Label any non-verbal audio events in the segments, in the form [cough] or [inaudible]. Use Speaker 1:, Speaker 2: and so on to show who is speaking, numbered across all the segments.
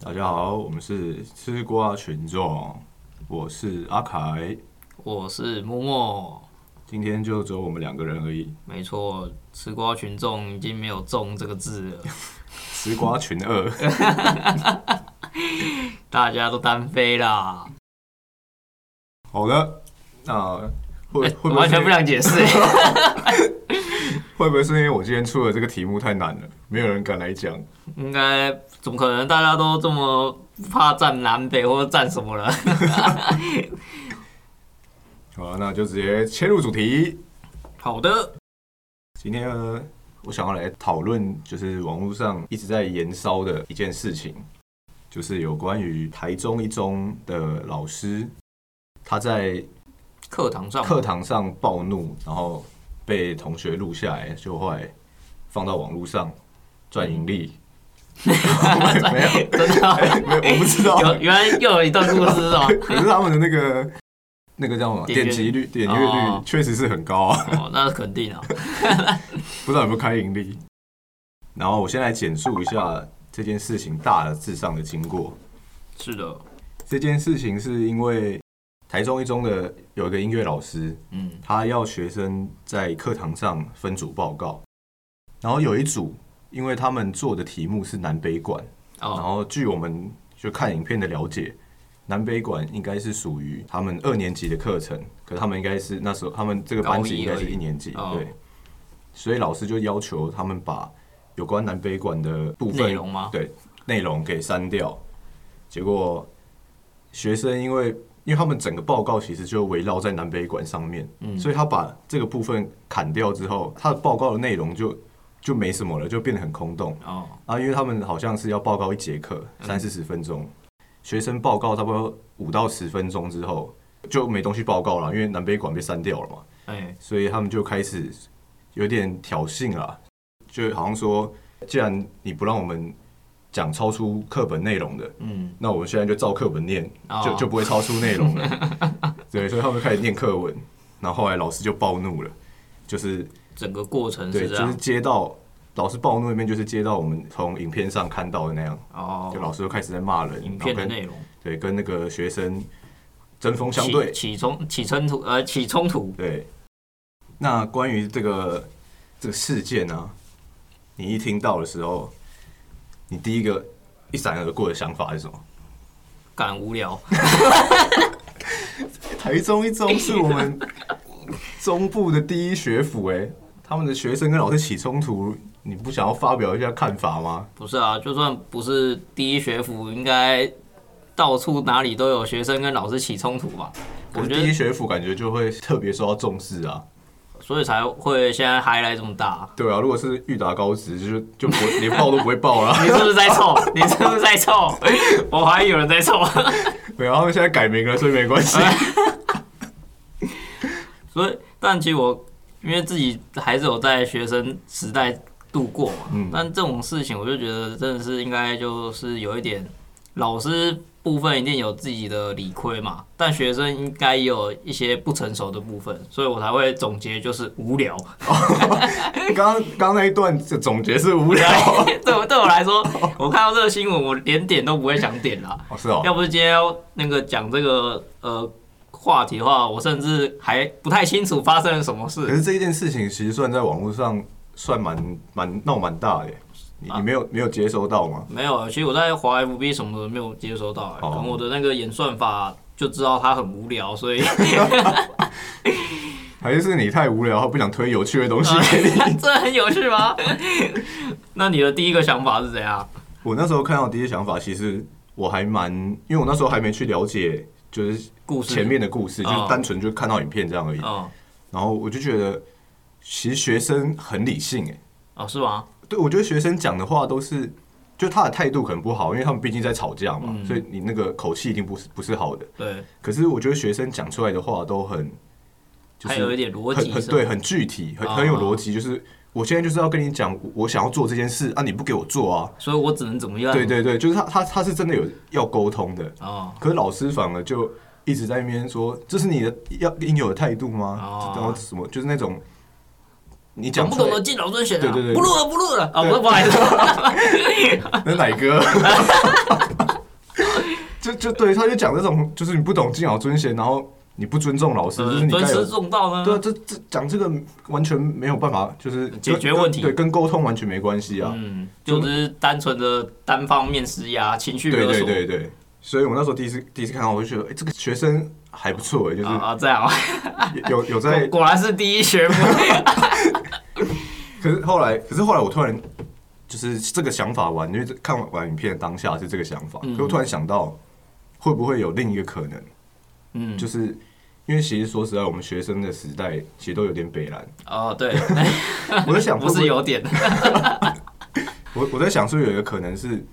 Speaker 1: 大家好，我们是吃瓜群众，我是阿凯，
Speaker 2: 我是默默，
Speaker 1: 今天就只有我们两个人而已。
Speaker 2: 没错，吃瓜群众已经没有“众”这个字了，
Speaker 1: 吃瓜群
Speaker 2: [laughs]
Speaker 1: 二，
Speaker 2: 大家都单飞啦，
Speaker 1: 好的，那会会不会
Speaker 2: 哎完
Speaker 1: 是
Speaker 2: 全
Speaker 1: 因
Speaker 2: 不想解释。
Speaker 1: 会不会是因为我今天出的这个题目太难了，没有人敢来讲？
Speaker 2: 应该怎么可能？大家都这么不怕站南北或者站什么了？
Speaker 1: 好，那就直接切入主题。
Speaker 2: 好的，
Speaker 1: 今天呢，我想要来讨论，就是网络上一直在延烧的一件事情，就是有关于台中一中的老师，他在
Speaker 2: 课堂上
Speaker 1: 课堂上暴怒，然后被同学录下来，就后来放到网络上赚盈利。 [laughs] 没有，
Speaker 2: 真的、啊
Speaker 1: 哎没有，我不知道。
Speaker 2: 嗯有原来又有一段故事
Speaker 1: [laughs]
Speaker 2: 哦。
Speaker 1: 可是他们的那个那个叫什么
Speaker 2: 点阅
Speaker 1: 点击率、点阅率
Speaker 2: 哦
Speaker 1: 确实是很高啊，
Speaker 2: 哦，那是肯定啊。
Speaker 1: 不知道有没有开盈利。然后我先来简述一下这件事情大致上的经过。
Speaker 2: 是的，
Speaker 1: 这件事情是因为台中一中的有一个音乐老师，
Speaker 2: 嗯，
Speaker 1: 他要学生在课堂上分组报告，然后有一组，因为他们做的题目是南北馆，然
Speaker 2: 哦，
Speaker 1: 后据我们就看影片的了解，南北馆应该是属于他们二年级的课程，可他们应该是那时候他们这个班级应该是一年级，
Speaker 2: 高一而已哦
Speaker 1: 对，所以老师就要求他们把有关南北馆的部分
Speaker 2: 内容吗？
Speaker 1: 对内容给删掉，结果学生因为因为他们整个报告其实就围绕在南北馆上面，
Speaker 2: 嗯
Speaker 1: 所以他把这个部分砍掉之后，他的报告的内容就就没什么了，就变得很空洞
Speaker 2: 哦，
Speaker 1: 啊。因为他们好像是要报告一节课三四十分钟，学生报告差不多五到十分钟之后就没东西报告了，因为南北馆被删掉了嘛。
Speaker 2: 哎，
Speaker 1: 所以他们就开始有点挑衅了，就好像说，既然你不让我们讲超出课本内容的，
Speaker 2: 嗯，
Speaker 1: 那我们现在就照课本念，
Speaker 2: 哦
Speaker 1: 就就不会超出内容了。对，所以他们就开始念课文，然后后来老师就暴怒了，就是
Speaker 2: [laughs] 整个过程
Speaker 1: 对，
Speaker 2: 嗯是这
Speaker 1: 就是
Speaker 2: 样。
Speaker 1: 接到老师暴怒那边，就是接到我们从影片上看到的那样，就
Speaker 2: 哦，
Speaker 1: 老师就开始在骂人，
Speaker 2: 影
Speaker 1: 然后
Speaker 2: 片的
Speaker 1: 跟
Speaker 2: 内容
Speaker 1: 对跟那个学生针锋相
Speaker 2: 起
Speaker 1: 对，
Speaker 2: 起冲起冲突呃起冲突，
Speaker 1: 对，那关于这个这个事件呢、你一听到的时候，你第一个一闪而过的想法是什么？
Speaker 2: 感无聊。
Speaker 1: 台中一中是我们中部的第一学府、哎，他们的学生跟老师起冲突，你不想要发表一下看法吗？
Speaker 2: 不是啊，就算不是第一学府，应该到处哪里都有学生跟老师起冲突吧？
Speaker 1: 可
Speaker 2: 我
Speaker 1: 是
Speaker 2: 觉
Speaker 1: 第一
Speaker 2: 得，
Speaker 1: 学府感觉就会特别受到重视啊。
Speaker 2: 所以才会现在嗨来这么大。
Speaker 1: 对啊，如果是裕达高职，就是就不会连报都不会报 [laughs] 了。
Speaker 2: 你是不是在凑？你是不是在凑？我怀疑有人在凑。
Speaker 1: 对啊，他们现在改名了，所以没关系。
Speaker 2: 所以，但其实我因为自己还是有在学生时代度过嘛，
Speaker 1: 嗯
Speaker 2: 但这种事情我就觉得真的是应该就是有一点，老师部分一定有自己的理亏嘛，但学生应该也有一些不成熟的部分，所以我才会总结就是无聊。哎
Speaker 1: 刚刚刚那一段的总结是无聊。
Speaker 2: [laughs] 对我对我来说，我看到这个新闻，我连点都不会想点啦。
Speaker 1: 哦，是哦，
Speaker 2: 要不是今天要那个讲这个呃话题的话，我甚至还不太清楚发生了什么
Speaker 1: 可
Speaker 2: 事。
Speaker 1: 是这一件事情其实算在网络上算蛮蛮闹蛮大的耶，欸你你没有没有接收到吗？
Speaker 2: 没有，啊其实我在华 FB 什么的没有接收到、欸，
Speaker 1: 哦
Speaker 2: 可能我的那个演算法就知道它很无聊，
Speaker 1: [laughs]
Speaker 2: 所以
Speaker 1: 还是你太无聊，不想推有趣的东西给你？
Speaker 2: 这很有趣吗？ [laughs] 那你的第一个想法是怎样？
Speaker 1: 我那时候看到第一想法，其实我还蛮，因为我那时候还没去了解，就是
Speaker 2: 故事
Speaker 1: 前面的故事，
Speaker 2: 哦
Speaker 1: 就是单纯就看到影片这样而已。
Speaker 2: 哦
Speaker 1: 然后我就觉得，其实学生很理性，哎，
Speaker 2: 哦是吗？
Speaker 1: 对我觉得学生讲的话都是。就他的态度可能不好，因为他们毕竟在吵架嘛，
Speaker 2: 嗯
Speaker 1: 所以你那个口气一定不是不是好的。
Speaker 2: 对，
Speaker 1: 可是我觉得学生讲出来的话都很，就
Speaker 2: 还
Speaker 1: 是
Speaker 2: 有一点逻
Speaker 1: 很
Speaker 2: 辑
Speaker 1: 很
Speaker 2: 是吧
Speaker 1: 对，很具体，很
Speaker 2: 哦
Speaker 1: 很有逻辑。就是我现在就是要跟你讲，我我想要做这件事啊，你不给我做啊。
Speaker 2: 所以我只能怎么样？
Speaker 1: 对对对，就是他他他是真的有要沟通的，
Speaker 2: 哦
Speaker 1: 可是老师反而就一直在那边说，这是你的要应有的态度吗？
Speaker 2: 哦
Speaker 1: 然后什么就是那种你
Speaker 2: 懂
Speaker 1: 讲
Speaker 2: 不
Speaker 1: 出
Speaker 2: 懂得
Speaker 1: 来，
Speaker 2: 进老尊选啊？
Speaker 1: 对对对
Speaker 2: 不录了，不录了啊！
Speaker 1: 对
Speaker 2: 我不好意思，
Speaker 1: 那奶哥 [laughs] 就对，他就讲这种，就是你不懂敬老尊贤，然后你不尊重老师，就是你
Speaker 2: 呃尊
Speaker 1: 该有
Speaker 2: 师重道呢？
Speaker 1: 对啊，这这讲这个完全没有办法，就是
Speaker 2: 解决问题
Speaker 1: 跟对，跟沟通完全没关系啊。
Speaker 2: 嗯，就只是单纯的单方面施压、情绪
Speaker 1: 对
Speaker 2: 勒
Speaker 1: 对
Speaker 2: 索
Speaker 1: 对对，所以我那时候第一次第一次看到，我就觉得，哎、这个学生还不错、诶哎就
Speaker 2: 啊啊，这样啊，
Speaker 1: 是有有有
Speaker 2: 果
Speaker 1: 在。
Speaker 2: 果然是第一学
Speaker 1: [laughs]
Speaker 2: 府。
Speaker 1: 可是后来，可是后来我突然就是这个想法完，因为这看完影片的当下是这个想法，
Speaker 2: 嗯
Speaker 1: 可我突然想到，会不会有另一个可能，
Speaker 2: 嗯，
Speaker 1: 就是因为其实说实在，我们学生的时代其实都有点北蓝。
Speaker 2: [laughs] 哦，对，
Speaker 1: 我在想，
Speaker 2: [laughs] 不是有点
Speaker 1: 我我在想，是不是有一个可能是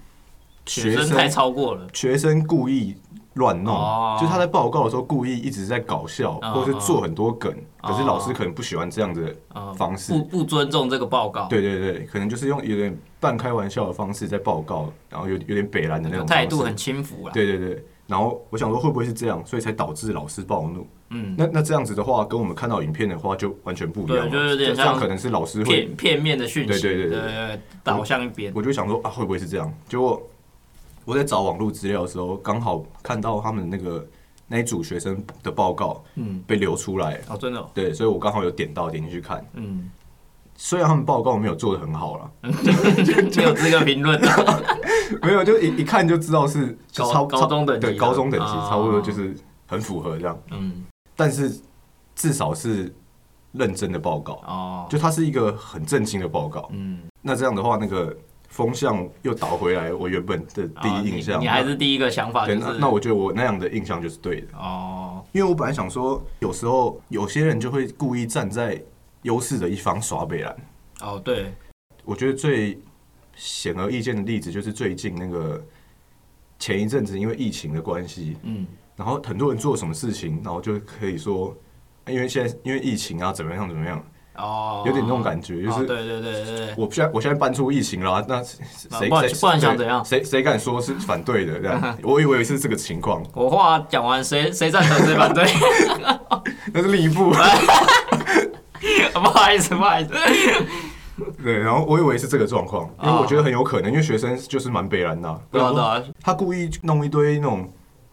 Speaker 2: 学生太超过了。
Speaker 1: 学生故意乱弄，
Speaker 2: 哦
Speaker 1: 就是他在报告的时候故意一直在搞笑，
Speaker 2: 嗯
Speaker 1: 或者是做很多梗，
Speaker 2: 嗯
Speaker 1: 可是老师可能不喜欢这样子的
Speaker 2: 嗯
Speaker 1: 方式。
Speaker 2: 不不尊重这个报告，
Speaker 1: 对对对，可能就是用有点半开玩笑的方式在报告，然后有有点北蓝的那种
Speaker 2: 态度
Speaker 1: 方式
Speaker 2: 很轻浮啦。
Speaker 1: 对对对，然后我想说会不会是这样，所以才导致老师暴怒？
Speaker 2: 嗯，
Speaker 1: 那那这样子的话，跟我们看到影片的话就完全不一样了。
Speaker 2: 对就有点
Speaker 1: 这样
Speaker 2: 像
Speaker 1: 可能是老师会，
Speaker 2: 片片面的讯息，
Speaker 1: 对对对对
Speaker 2: 对，导向一边。
Speaker 1: 我就想说啊，会不会是这样？结果我在找网络资料的时候，刚好看到他们那个那一组学生的报告，
Speaker 2: 嗯，
Speaker 1: 被流出来，
Speaker 2: 哦，真的哦，
Speaker 1: 对，所以我刚好有点到点进去看。
Speaker 2: 嗯， [laughs]
Speaker 1: 虽然他们报告没有做的很好啦，
Speaker 2: 没有资格评论。啊
Speaker 1: [laughs] 没有就一一看就知道是就
Speaker 2: 高
Speaker 1: 超
Speaker 2: 高
Speaker 1: 超
Speaker 2: 中等级
Speaker 1: 对
Speaker 2: 的
Speaker 1: 高中等级
Speaker 2: 啊
Speaker 1: 差不多就是很符合这样，
Speaker 2: 嗯，
Speaker 1: 但是至少是认真的报告，
Speaker 2: 哦，
Speaker 1: 就它是一个很正经的报告。
Speaker 2: 嗯，
Speaker 1: 那这样的话，那个风向又倒回来我原本的第
Speaker 2: 哦
Speaker 1: 一印象，
Speaker 2: 你你还是第一个想法
Speaker 1: 对，
Speaker 2: 就
Speaker 1: 那
Speaker 2: 是
Speaker 1: 那我觉得我那样的印象就是对的，
Speaker 2: 哦，
Speaker 1: 因为我本来想说，有时候有些人就会故意站在优势的一方耍北兰。
Speaker 2: 哦，对，
Speaker 1: 我觉得最显而易见的例子就是最近那个前一阵子因为疫情的关系，
Speaker 2: 嗯，
Speaker 1: 然后很多人做什么事情，然后就可以说，哎因为现在因为疫情啊，怎么样怎么样，
Speaker 2: 哦，
Speaker 1: 有点那种感觉，就
Speaker 2: 哦
Speaker 1: 是。
Speaker 2: 对对对对对，
Speaker 1: 我现在我现在搬出疫情啦，那谁谁
Speaker 2: 不然
Speaker 1: 谁
Speaker 2: 不然想
Speaker 1: 对
Speaker 2: 怎样
Speaker 1: 谁谁敢说是反对的？这
Speaker 2: [laughs]
Speaker 1: 样，我以为是这个情况，
Speaker 2: 我话讲完，谁谁赞成谁反
Speaker 1: [laughs]
Speaker 2: 对？ [laughs]
Speaker 1: 那是另一步。
Speaker 2: 不好意思，不好意思，
Speaker 1: 对，然后我以为是这个状况，因为
Speaker 2: 哦
Speaker 1: 我觉得很有可能，因为学生就是蛮北蓝的啊、
Speaker 2: 对啊
Speaker 1: 不
Speaker 2: 对
Speaker 1: 然
Speaker 2: 啊，
Speaker 1: 他故意弄一堆那种，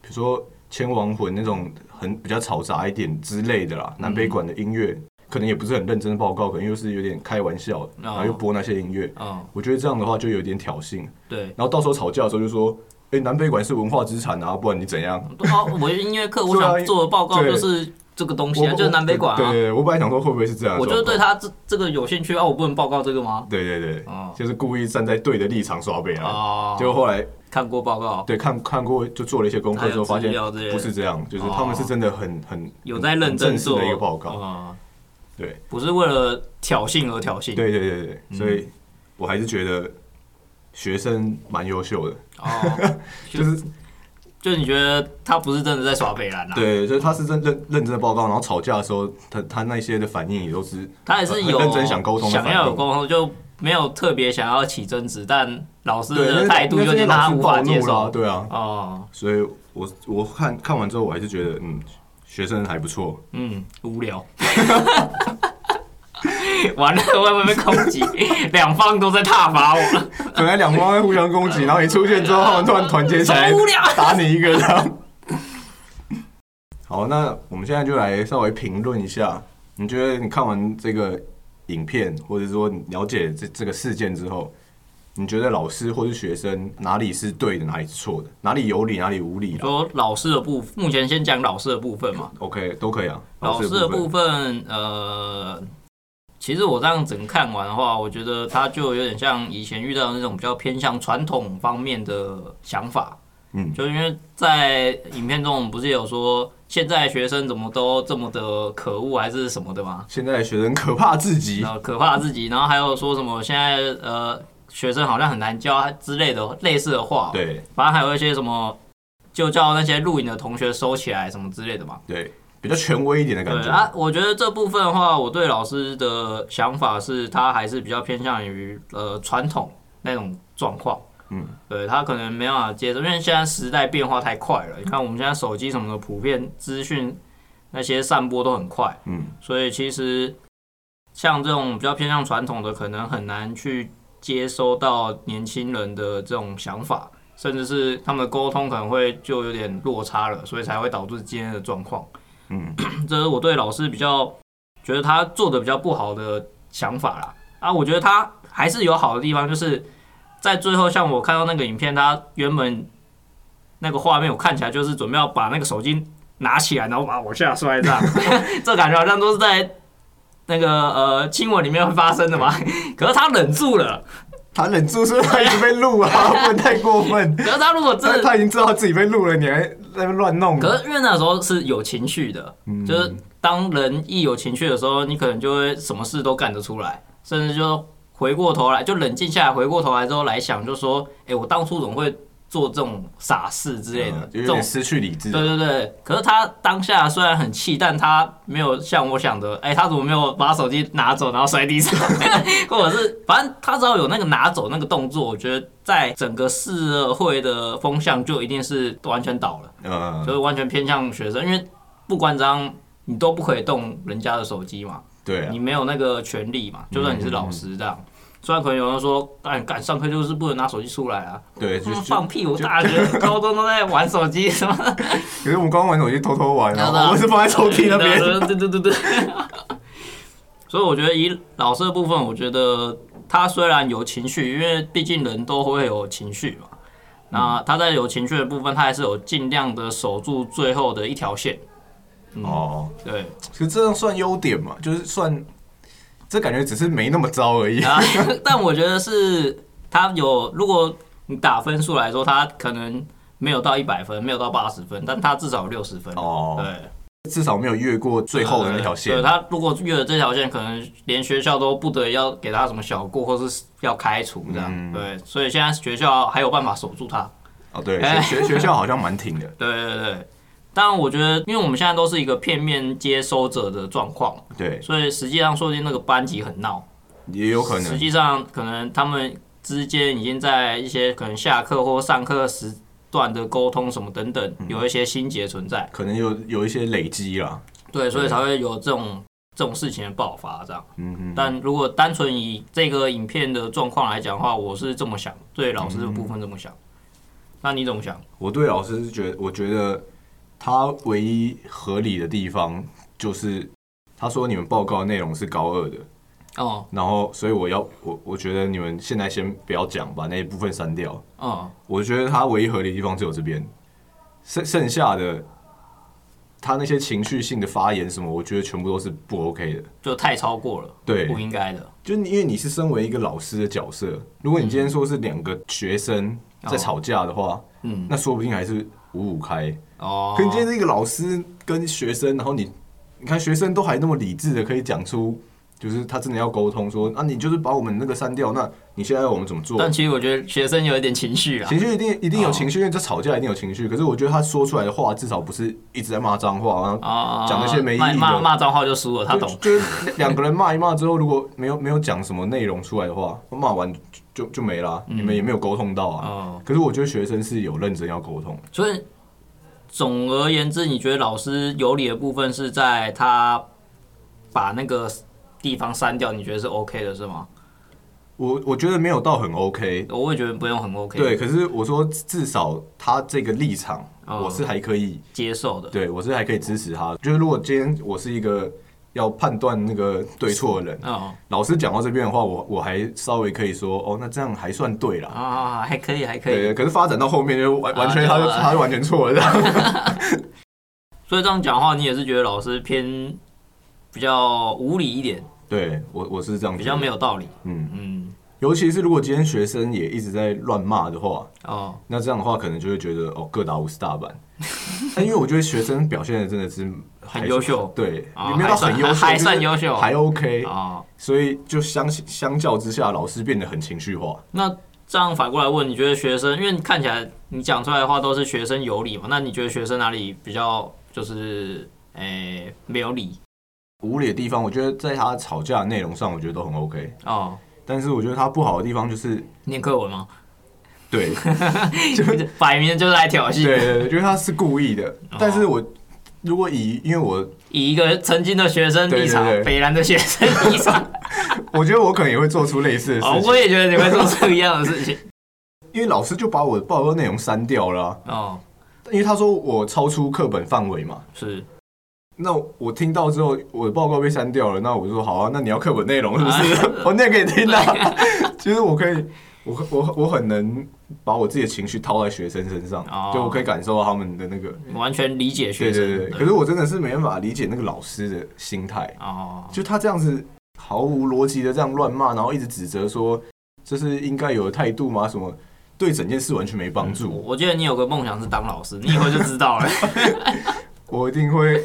Speaker 1: 比如说千王魂那种很比较嘈杂一点之类的啦，南北管的音乐可能也不是很认真的报告，可能又是有点开玩笑的，然后又播那些音乐，
Speaker 2: 嗯，
Speaker 1: 我觉得这样的话就有点挑衅，
Speaker 2: 对。 [laughs]
Speaker 1: 然后到时候吵架的时候就说，哎，南北管是文化资产啊，不然你怎样？
Speaker 2: 对啊，我音乐课我
Speaker 1: 对啊
Speaker 2: 想做的报告
Speaker 1: 对
Speaker 2: 就是这个东西
Speaker 1: 我
Speaker 2: 啊，就是南北管
Speaker 1: 对
Speaker 2: 啊
Speaker 1: 对。对，我本来想说会不会是这样的
Speaker 2: 我
Speaker 1: 状
Speaker 2: 就
Speaker 1: 况，
Speaker 2: 是对他这这个有兴趣啊，我不能报告这个吗？
Speaker 1: 对对对，
Speaker 2: 哦
Speaker 1: 就是故意站在对的立场耍北啊，
Speaker 2: 哦，
Speaker 1: 结果后来
Speaker 2: 看过报告，
Speaker 1: 对，看看过就做了一些功课之后，发
Speaker 2: 还有资
Speaker 1: 现
Speaker 2: 料之类的
Speaker 1: 不是这样，就是他们是真的很很
Speaker 2: 有在认
Speaker 1: 很
Speaker 2: 真
Speaker 1: 正式
Speaker 2: 做
Speaker 1: 的一个报告。
Speaker 2: 啊，
Speaker 1: 对
Speaker 2: 不是为了挑衅而挑衅。
Speaker 1: 对对对对，
Speaker 2: 嗯
Speaker 1: 所以我还是觉得学生蛮优秀的，
Speaker 2: 哦，
Speaker 1: 就是
Speaker 2: 就你觉得他不是真的在耍北兰啊？，
Speaker 1: 对，就是他是认认认真的报告，然后吵架的时候，他他那些的反应也都是
Speaker 2: 他也是有
Speaker 1: 很认真想沟通的
Speaker 2: 想
Speaker 1: 反应
Speaker 2: 要有沟通，就没有特别想要起争执，但老师
Speaker 1: 对那
Speaker 2: 的态度
Speaker 1: 那
Speaker 2: 有
Speaker 1: 这些
Speaker 2: 点
Speaker 1: 老
Speaker 2: 让他
Speaker 1: 师
Speaker 2: 无
Speaker 1: 暴
Speaker 2: 法接
Speaker 1: 怒啦，
Speaker 2: 受。
Speaker 1: 对啊，
Speaker 2: 哦，
Speaker 1: 所以我我看看完之后，我还是觉得嗯，学生还不错。
Speaker 2: 嗯，无聊。 [laughs] 完了，我会不会被攻击？两方都在挞伐我，
Speaker 1: 本来两方在互相攻
Speaker 2: [laughs]
Speaker 1: 击，然后你出现之后，他们突然团结起来
Speaker 2: 好无聊，
Speaker 1: 打你一个这样。 [laughs] 好，那我们现在就来稍微评论一下，你觉得你看完这个影片，或者说你了解这这个事件之后，你觉得老师或是学生哪里是对的，哪里是错的，哪里有理，哪里无理啊
Speaker 2: 说老师的部，目前先讲老师的部分嘛。
Speaker 1: ？OK，都可以啊。
Speaker 2: 老师的部
Speaker 1: 分，
Speaker 2: 分，呃，其实我这样整个看完的话，我觉得他就有点像以前遇到的那种比较偏向传统方面的想法，
Speaker 1: 嗯，
Speaker 2: 就因为在影片中我们不是有说现在学生怎么都这么的可恶还是什么的嘛，
Speaker 1: 现在的学生可怕至极
Speaker 2: 然，后可怕自己，然后还有说什么现在呃学生好像很难教之类的类似的话，，
Speaker 1: 对
Speaker 2: 反正还有一些什么就叫那些录影的同学收起来什么之类的嘛。
Speaker 1: 对，比较权威一点的感
Speaker 2: 对
Speaker 1: 觉。
Speaker 2: 啊，我觉得这部分的话，我对老师的想法是，他还是比较偏向于呃传统那种状况。
Speaker 1: 嗯，
Speaker 2: 对他可能没办法接受，因为现在时代变化太快了。你看我们现在手机什么的，普遍资讯那些散播都很快，
Speaker 1: 嗯，
Speaker 2: 所以其实像这种比较偏向传统的，可能很难去接收到年轻人的这种想法，甚至是他们的沟通可能会就有点落差了，所以才会导致今天的状况。
Speaker 1: 嗯，
Speaker 2: 这是我对老师比较觉得他做的比较不好的想法啦。啊，我觉得他还是有好的地方，就是在最后，像我看到那个影片，他原本那个画面我看起来就是准备要把那个手机拿起来，然后把我下摔这样，这感觉好像都是在那个呃亲吻里面会发生的嘛。 [laughs] 可是他忍住了，
Speaker 1: 他忍住是不是他一直被
Speaker 2: [laughs]
Speaker 1: 录啊，不能太过分。
Speaker 2: 可是他如果真
Speaker 1: 他
Speaker 2: 的，
Speaker 1: 他已经知道自己被录了，你还在那边乱弄。
Speaker 2: 可是因为那时候是有情绪的，
Speaker 1: 嗯
Speaker 2: 就是当人一有情绪的时候，你可能就会什么事都干得出来，甚至就回过头来就冷静下来，回过头来之后来想，就说，哎、我当初怎么会做这种傻事之类的？
Speaker 1: 嗯就
Speaker 2: 这
Speaker 1: 有
Speaker 2: 种
Speaker 1: 点失去理智。
Speaker 2: 对对对。可是他当下虽然很气，但他没有像我想的，哎、他怎么没有把手机拿走，然后摔
Speaker 1: [laughs]
Speaker 2: 地上，或者是反正他只要有那个拿走那个动作，我觉得在整个社会的风向就一定是完全倒了。
Speaker 1: 嗯，
Speaker 2: 就是完全偏向学生，因为不管怎样，你都不可以动人家的手机嘛，
Speaker 1: 对啊
Speaker 2: 你，没有那个权利嘛，就算你是老师这样。虽然可能有人说，干干上课就是不能拿手机出来啊，
Speaker 1: 对，
Speaker 2: 他
Speaker 1: 就
Speaker 2: 妈
Speaker 1: 就
Speaker 2: 放屁！我大学、
Speaker 1: [laughs]
Speaker 2: 高中都在玩手机什么的，
Speaker 1: 可是我们刚刚玩手机偷偷玩
Speaker 2: 然后
Speaker 1: 啊，我们是放在抽屉那边。
Speaker 2: [laughs] 对对对对。所以我觉得以老师的部分，我觉得他虽然有情绪，因为毕竟人都会有情绪嘛。
Speaker 1: 嗯
Speaker 2: 那他在有情绪的部分，他还是有尽量的守住最后的一条线。嗯
Speaker 1: 哦，
Speaker 2: 对，
Speaker 1: 其实这样算优点嘛，就是算这感觉只是没那么糟而已。
Speaker 2: [laughs] 啊，但我觉得是他有，如果你打分数来说，他可能没有到一百分，没有到八十分，但他至少六十分。
Speaker 1: 哦，
Speaker 2: 对，
Speaker 1: 至少没有越过最后的那条线
Speaker 2: 对，。他如果越了这条线，可能连学校都不得要给他什么小过，或是要开除这样。
Speaker 1: 嗯
Speaker 2: 对，所以现在学校还有办法守住他。
Speaker 1: 哦，对，
Speaker 2: 哎
Speaker 1: 学学学校好像蛮挺的。
Speaker 2: 对对对。当然，我觉得，因为我们现在都是一个片面接收者的状况，
Speaker 1: 对，
Speaker 2: 所以实际上说不定那个班级很闹，
Speaker 1: 也有可
Speaker 2: 实
Speaker 1: 能。
Speaker 2: 际上，可能他们之间已经在一些可能下课或上课时段的沟通什么等等，
Speaker 1: 嗯
Speaker 2: 有一些心结存在，
Speaker 1: 可能有有一些累积啦，
Speaker 2: 对，所以才会有这种这种事情的爆发这样。
Speaker 1: 嗯嗯，
Speaker 2: 但如果单纯以这个影片的状况来讲的话，我是这么想，对老师的部分这么想。
Speaker 1: 嗯
Speaker 2: 那你怎么想？
Speaker 1: 我对老师是觉得，我觉得他唯一合理的地方就是，他说你们报告内容是高二的，
Speaker 2: 哦，
Speaker 1: 然后所以我要我我觉得你们现在先不要讲，把那一部分删掉。
Speaker 2: 哦，
Speaker 1: 我觉得他唯一合理的地方只有这边，剩剩下的他那些情绪性的发言什么，我觉得全部都是不 OK 的。
Speaker 2: 就太超过了，
Speaker 1: 对，
Speaker 2: 不应该的。
Speaker 1: 就你因为你是身为一个老师的角色，如果你今天说是两个学生在吵架的话，
Speaker 2: 嗯，
Speaker 1: 那说不定还是五五开。
Speaker 2: 哦
Speaker 1: 可，你今天是一个老师跟学生，然后你你看学生都还那么理智的可以讲出，就是他真的要沟通说，那、你就是把我们那个删掉，那你现在要我们怎么做？
Speaker 2: 但其实我觉得学生有一点情绪啊。
Speaker 1: 情绪一定一定有情绪，因为这吵架一定有情绪。可是我觉得他说出来的话，至少不是一直在骂脏话，然后
Speaker 2: 啊，
Speaker 1: 讲那些没意义的
Speaker 2: 骂骂脏话就输了，他
Speaker 1: 就
Speaker 2: 懂。
Speaker 1: 就是两两个人骂一骂之后，如果没有没有讲什么内容出来的话，骂完就就就没啦，你们也没有沟通到啊。
Speaker 2: 嗯哦，
Speaker 1: 可是我觉得学生是有认真要沟通的，
Speaker 2: 所以总而言之，你觉得老师有理的部分是在他把那个地方删掉，你觉得是 OK 的是吗？
Speaker 1: 我我觉得没有到很 OK，
Speaker 2: 我会觉得不用很 OK，
Speaker 1: 对。可是我说至少他这个立场，
Speaker 2: 哦
Speaker 1: 我是还可以，
Speaker 2: 接受的。
Speaker 1: 对我是还可以支持他。就是如果今天我是一个要判断那个对错的人，
Speaker 2: 哦
Speaker 1: 老师讲到这边的话，我我还稍微可以说，哦，那这样还算对啦。
Speaker 2: 啊，还可以，还可以。
Speaker 1: 对，可是发展到后面就完完全
Speaker 2: 啊
Speaker 1: 他就
Speaker 2: 对啊
Speaker 1: 他就完全错
Speaker 2: [laughs]
Speaker 1: 了这样。
Speaker 2: 所以这样讲话，你也是觉得老师偏比较无理一点，
Speaker 1: 对我我是这样觉得，
Speaker 2: 比较没有道理。
Speaker 1: 嗯，
Speaker 2: 嗯，
Speaker 1: 尤其是如果今天学生也一直在乱骂的话，
Speaker 2: 哦，
Speaker 1: 那这样的话可能就会觉得哦，各打五十大板。 [laughs] 但因为我觉得学生表现的真的是还
Speaker 2: 很优秀
Speaker 1: 对，
Speaker 2: 哦
Speaker 1: 也没有到很优秀，
Speaker 2: 还算还算
Speaker 1: 就是
Speaker 2: 优秀
Speaker 1: 还 OK，
Speaker 2: 哦，
Speaker 1: 所以就相相较之下，老师变得很情绪化。
Speaker 2: 那这样反过来问，你觉得学生，因为看起来你讲出来的话都是学生有理嘛？那你觉得学生哪里比较就是诶、没有理
Speaker 1: 无理的地方，我觉得在他吵架的内容上，我觉得都很 OK。
Speaker 2: 哦？
Speaker 1: 但是我觉得他不好的地方就是，
Speaker 2: 念课文吗？ [laughs]
Speaker 1: 对
Speaker 2: 摆明就是来挑
Speaker 1: 对
Speaker 2: 衅，
Speaker 1: 对对，就是他是故意的。
Speaker 2: 哦
Speaker 1: 但是我如果以因为我
Speaker 2: 以一个曾经的学生立场
Speaker 1: 对对对，
Speaker 2: 北兰的学生立
Speaker 1: [laughs]
Speaker 2: 场，
Speaker 1: 我觉得我可能也会做出类似的事
Speaker 2: 哦，
Speaker 1: 情
Speaker 2: 我，也觉得你会做出一样的事情。
Speaker 1: 因为老师就把我的报告内容删掉了啊、
Speaker 2: 哦，
Speaker 1: 因为他说我超出课本范围嘛。
Speaker 2: 是，
Speaker 1: 那我听到之后，我的报告被删掉了，那我就说好啊，那你要课本内容是不是？我念给你听啊。 [laughs] 其实我可以，我我我很能把我自己的情绪套在学生身上，
Speaker 2: 哦
Speaker 1: 就我可以感受到他们的那个。
Speaker 2: 完全理解学
Speaker 1: 对
Speaker 2: 生。
Speaker 1: 对对，可是我真的是没办法理解那个老师的心态，
Speaker 2: 哦，
Speaker 1: 就他这样子毫无逻辑的这样乱骂，然后一直指责说这是应该有的态度吗？什么对整件事完全没帮助。
Speaker 2: 我记得你有个梦想是当老师，你以后就知道了。
Speaker 1: 我一定会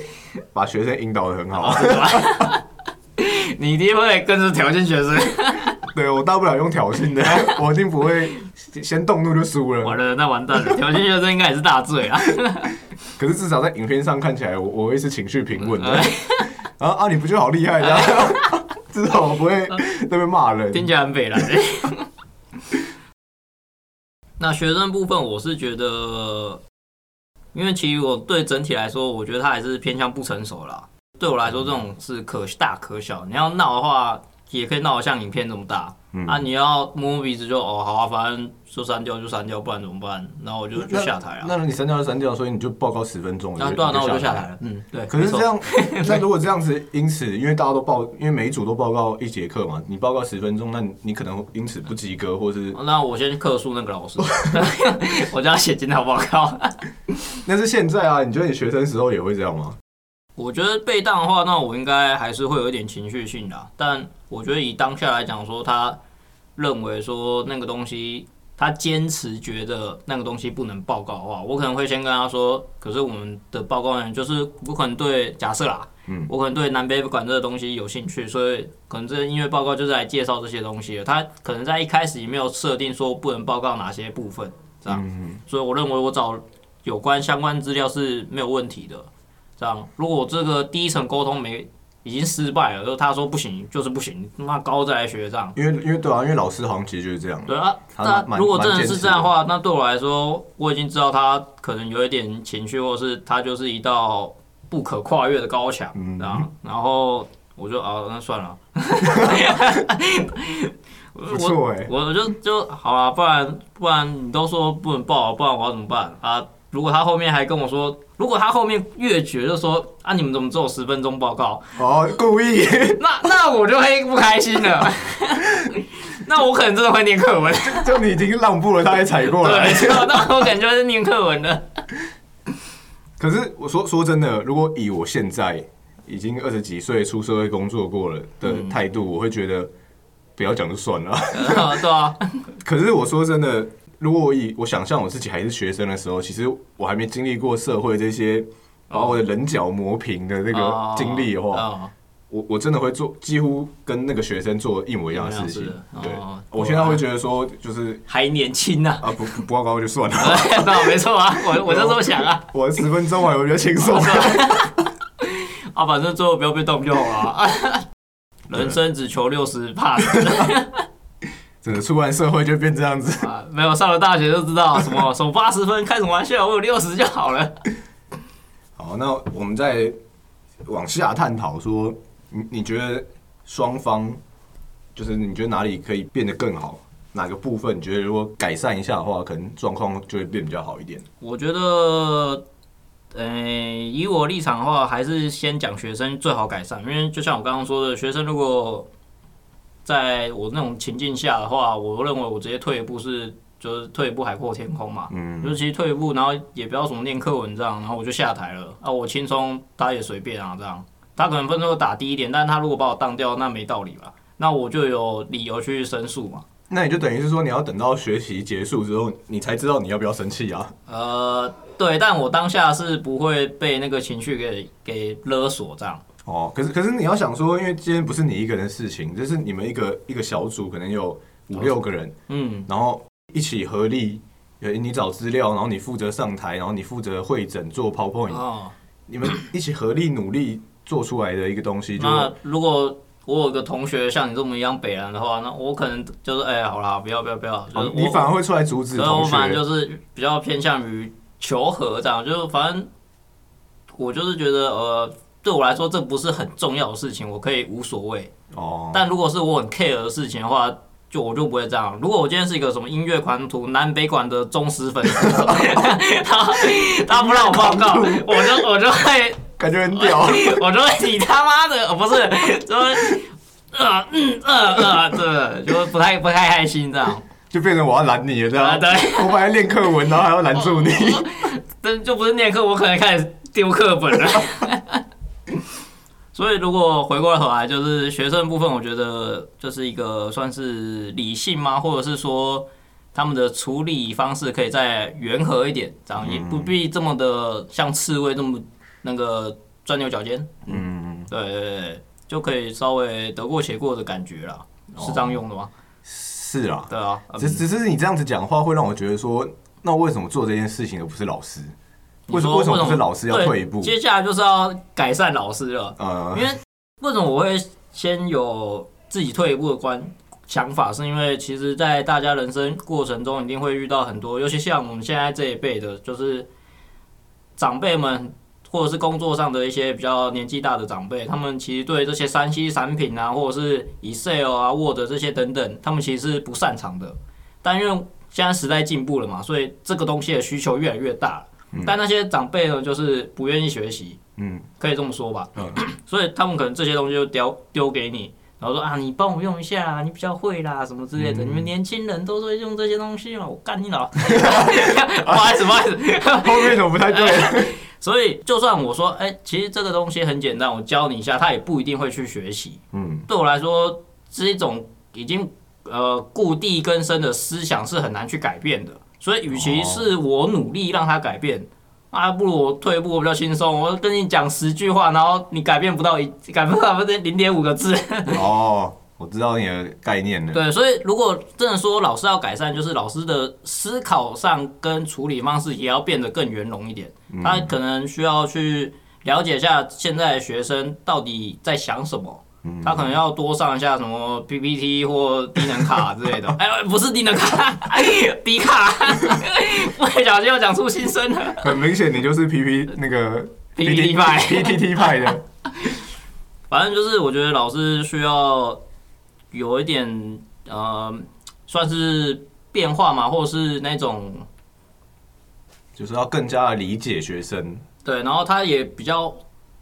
Speaker 1: 把学生引导的很好。
Speaker 2: 真的吗哦 [laughs] 你一定会跟着挑衅学生。
Speaker 1: 对我大不了用挑衅
Speaker 2: [laughs]
Speaker 1: 的，我一定不会先先动怒就输了。
Speaker 2: 完了，那完蛋了，挑衅学生应该也是大罪啊。
Speaker 1: 可是至少在影片上看起来我，我会是情绪平稳的。
Speaker 2: 嗯
Speaker 1: 然后 [laughs] 啊，你不就好厉害的、
Speaker 2: [laughs]
Speaker 1: 至少我不会在那边骂人。
Speaker 2: 嗯听起来很北蓝、欸 [laughs] 那学生部分，我是觉得，因为其实我对整体来说，我觉得他还是偏向不成熟啦。对我来说，这种是可大可小。你要闹的话，也可以闹得像影片这么大、
Speaker 1: 嗯
Speaker 2: 啊。你要摸摸鼻子就哦，好啊，反正就删掉就删掉，不然怎么办？然后我就就下台啊。
Speaker 1: 那那你删掉就删掉，所以你就报告十分钟。
Speaker 2: 那
Speaker 1: 你
Speaker 2: 对啊，那我就
Speaker 1: 你
Speaker 2: 下台。了。嗯，对。
Speaker 1: 可是这
Speaker 2: 没错，
Speaker 1: 样， [laughs] 那如果这样子，因此因为大家都报，因为每一组都报告一节课嘛，你报告十分钟，那你你可能因此不及格，或是
Speaker 2: 那我先客诉那
Speaker 1: [laughs]
Speaker 2: 个老师， [laughs] 我叫他写检讨报告。
Speaker 1: 那是现在啊。你觉得你学生时候也会这样吗？
Speaker 2: 我觉得被当的话，那我应该还是会有一点情绪性的啊、但我觉得以当下来讲，说他认为说那个东西，他坚持觉得那个东西不能报告的话，我可能会先跟他说，可是我们的报告人就是我可能对假设啦，
Speaker 1: 嗯
Speaker 2: 我可能对南北管这个东西有兴趣，所以可能这个音乐报告就是来介绍这些东西的。他可能在一开始也没有设定说不能报告哪些部分，这样，所以我认为我找有关相关资料是没有问题的。这样，如果这个第一层沟通没已经失败了，就是他说不行就是不行，那高再来学这样。
Speaker 1: 因为因为对啊，因为老师好像其实就是这样。
Speaker 2: 对啊，
Speaker 1: 他
Speaker 2: 那
Speaker 1: 蛮
Speaker 2: 如果真的是这样的
Speaker 1: 蛮
Speaker 2: 话，那对我来说，我已经知道他可能有一点情绪，或者是他就是一道不可跨越的高墙，
Speaker 1: 嗯
Speaker 2: 这样。然后我就啊，那算了， [laughs]
Speaker 1: 不错哎、
Speaker 2: 我就就好啊，不然不然你都说不能报，不然我要怎么办啊？如果他后面还跟我说，如果他后面越觉就说啊，你们怎么只有十分钟报告？ [laughs]
Speaker 1: 哦，故意。 [laughs]
Speaker 2: 那那我就会不开心了。 [laughs] 那我可能真的会念课文，
Speaker 1: 就你已经让步了，他也踩 [laughs] 过来。
Speaker 2: 对， [laughs] 那我可能就是念
Speaker 1: [laughs]
Speaker 2: 课文了。
Speaker 1: 可是我说说真的，如果以我现在已经二十几岁出社会工作过了的态度，我会觉得不要讲就算了。 [laughs]
Speaker 2: 呃对啊，
Speaker 1: 可是我说真的，如果我以我想象我自己还是学生的时候，其实我还没经历过社会这些把我的棱角磨平的那
Speaker 2: 哦
Speaker 1: 个经历的话，
Speaker 2: 哦
Speaker 1: 我我真的会做几乎跟那个学生做一模一样的事
Speaker 2: 一模
Speaker 1: 情
Speaker 2: 一样的。事
Speaker 1: 对
Speaker 2: 哦，
Speaker 1: 我现在会觉得说就是。
Speaker 2: 还年轻呢、
Speaker 1: 啊不不不报告就算了，
Speaker 2: [laughs] 对 [laughs] 那没错啊，我我就这么想啊，
Speaker 1: 我十分钟玩我比较轻
Speaker 2: [laughs] 哦
Speaker 1: 松。
Speaker 2: 啊，反正最后不要被动就好了啊。 [laughs] 人生只求六十怕
Speaker 1: 真的出完社会就变这样子。 [laughs]
Speaker 2: [laughs] 啊，没有上了大学就知道什 [laughs] 么什么八十分，开什么玩笑，我有六十就好了。
Speaker 1: 好，那我们再往下探讨说，你你觉得双方就是你觉得哪里可以变得更好？哪个部分你觉得如果改善一下的话，可能状况就会变比较好一点？
Speaker 2: 我觉得，呃，以我立场的话，还是先讲学生最好改善，因为就像我刚刚说的，学生如果在我那种情境下的话，我认为我直接退一步是就是退一步海阔天空嘛，嗯，就是其实退一步，然后也不要什么念课文这样，然后我就下台了啊，我轻松，他也随便啊这样，他可能分数打低一点，但他如果把我当掉，那没道理吧，那我就有理由去申诉嘛。
Speaker 1: 那你就等于是说，你要等到学习结束之后，你才知道你要不要生气啊？
Speaker 2: 呃，对，但我当下是不会被那个情绪给给勒索这样。
Speaker 1: 哦，可是可是你要想说，因为今天不是你一个人的事情，就是你们一个一个小组，可能有五六个人，
Speaker 2: 嗯，
Speaker 1: 然后一起合力，呃你找资料，然后你负责上台，然后你负责会诊做 PowerPoint，
Speaker 2: 哦，
Speaker 1: 你们一起合力努力做出来的一个东西，就
Speaker 2: 那如果我有个同学像你这么一样北人的话，那我可能就是哎、好啦，不要不要不要，就是
Speaker 1: 哦
Speaker 2: 我、
Speaker 1: 你反而会出来阻止
Speaker 2: 所以呃我
Speaker 1: 同
Speaker 2: 反
Speaker 1: 学。
Speaker 2: 正就是比较偏向于求和这样，就是反正我就是觉得呃，对我来说这不是很重要的事情，我可以无所谓。
Speaker 1: 哦，
Speaker 2: 但如果是我很 care 的事情的话，就我就不会这样。如果我今天是一个什么音乐狂徒、南北馆的忠实粉丝， [laughs] 他他不让我报告，我就我就会
Speaker 1: 感觉很屌。 [laughs]
Speaker 2: 我就会你他妈的，呃不是，就会呃嗯呃呃，对，就不太不太开心这样。
Speaker 1: 就变成我要拦你了，这
Speaker 2: 啊
Speaker 1: 样。
Speaker 2: [laughs] 对
Speaker 1: 我
Speaker 2: 哦
Speaker 1: 本来练课文，然后还要拦住你。
Speaker 2: 但就不是念课，我可能开始丢课本了。 [laughs] 所以，如果回过头来，就是学生部分，我觉得就是一个算是理性吗？或者是说他们的处理方式可以再圆和一点，这样也不必这么的像刺猬那么那个钻牛角尖。
Speaker 1: [laughs] 嗯，
Speaker 2: 对对对对，就可以稍微得过且过的感觉啦，哦是这样用的吗？
Speaker 1: 是啦，
Speaker 2: 对啊，嗯
Speaker 1: 只只是你这样子讲话，会让我觉得说，那为什么做这件事情的不是老师？为
Speaker 2: 你
Speaker 1: 什
Speaker 2: 说
Speaker 1: 么为什么不是老师要
Speaker 2: 对
Speaker 1: 退一步？
Speaker 2: 接下来就是要改善老师了。
Speaker 1: 呃
Speaker 2: [laughs] 因，为为什么我会先有自己退一步的观想法，是因为其实，在大家人生过程中一定会遇到很多，尤其像我们现在这一辈的，就是长辈们或者是工作上的一些比较年纪大的长辈，他们其实对这些三 C 产品啊，或者是 Excel 啊、Word 这些等等，他们其实是不擅长的。但因为现在时代进步了嘛，所以这个东西的需求越来越大了。但那些长辈呢，就是不愿意学习，
Speaker 1: 嗯
Speaker 2: 可以这么说吧。
Speaker 1: 嗯，
Speaker 2: [clears throat] 所以他们可能这些东西就丢丢给你，然后说啊，你帮我用一下啊，你比较会啦，什么之类的。你们年轻人都会用这些东西嘛，我干你老！不 [laughs] 好意思，不好意思。
Speaker 1: 后面怎么不太
Speaker 2: [laughs]
Speaker 1: 对？
Speaker 2: 所以就算我说，哎、其实这个东西很简单，我教你一下，他也不一定会去学习。
Speaker 1: 嗯
Speaker 2: 对我来说，是一种已经呃固地根深的思想是很难去改变的。所以，与其是我努力让他改变，啊，不如我退一步，我比较轻松。我跟你讲十句话，然后你改变不到一，改变不到零点五个字。
Speaker 1: [laughs] 哦，我知道你的概念了。
Speaker 2: 对，所以如果真的说老师要改善，就是老师的思考上跟处理方式也要变得更圆融一点。
Speaker 1: 嗯
Speaker 2: 他可能需要去了解一下现在的学生到底在想什么。
Speaker 1: 嗯
Speaker 2: 他可能要多上一下什么 PPT 或低能卡之类的， [laughs] 哎，不是低能卡，哎低卡， [laughs] 不小心又讲出心声了。
Speaker 1: 很明显，你就是 P P 那个
Speaker 2: PPT 派
Speaker 1: [laughs] P T T 派的。
Speaker 2: 反正就是我觉得老师需要有一点呃，算是变化嘛，或者是那种
Speaker 1: 就是要更加的理解学生。
Speaker 2: 对，然后他也比较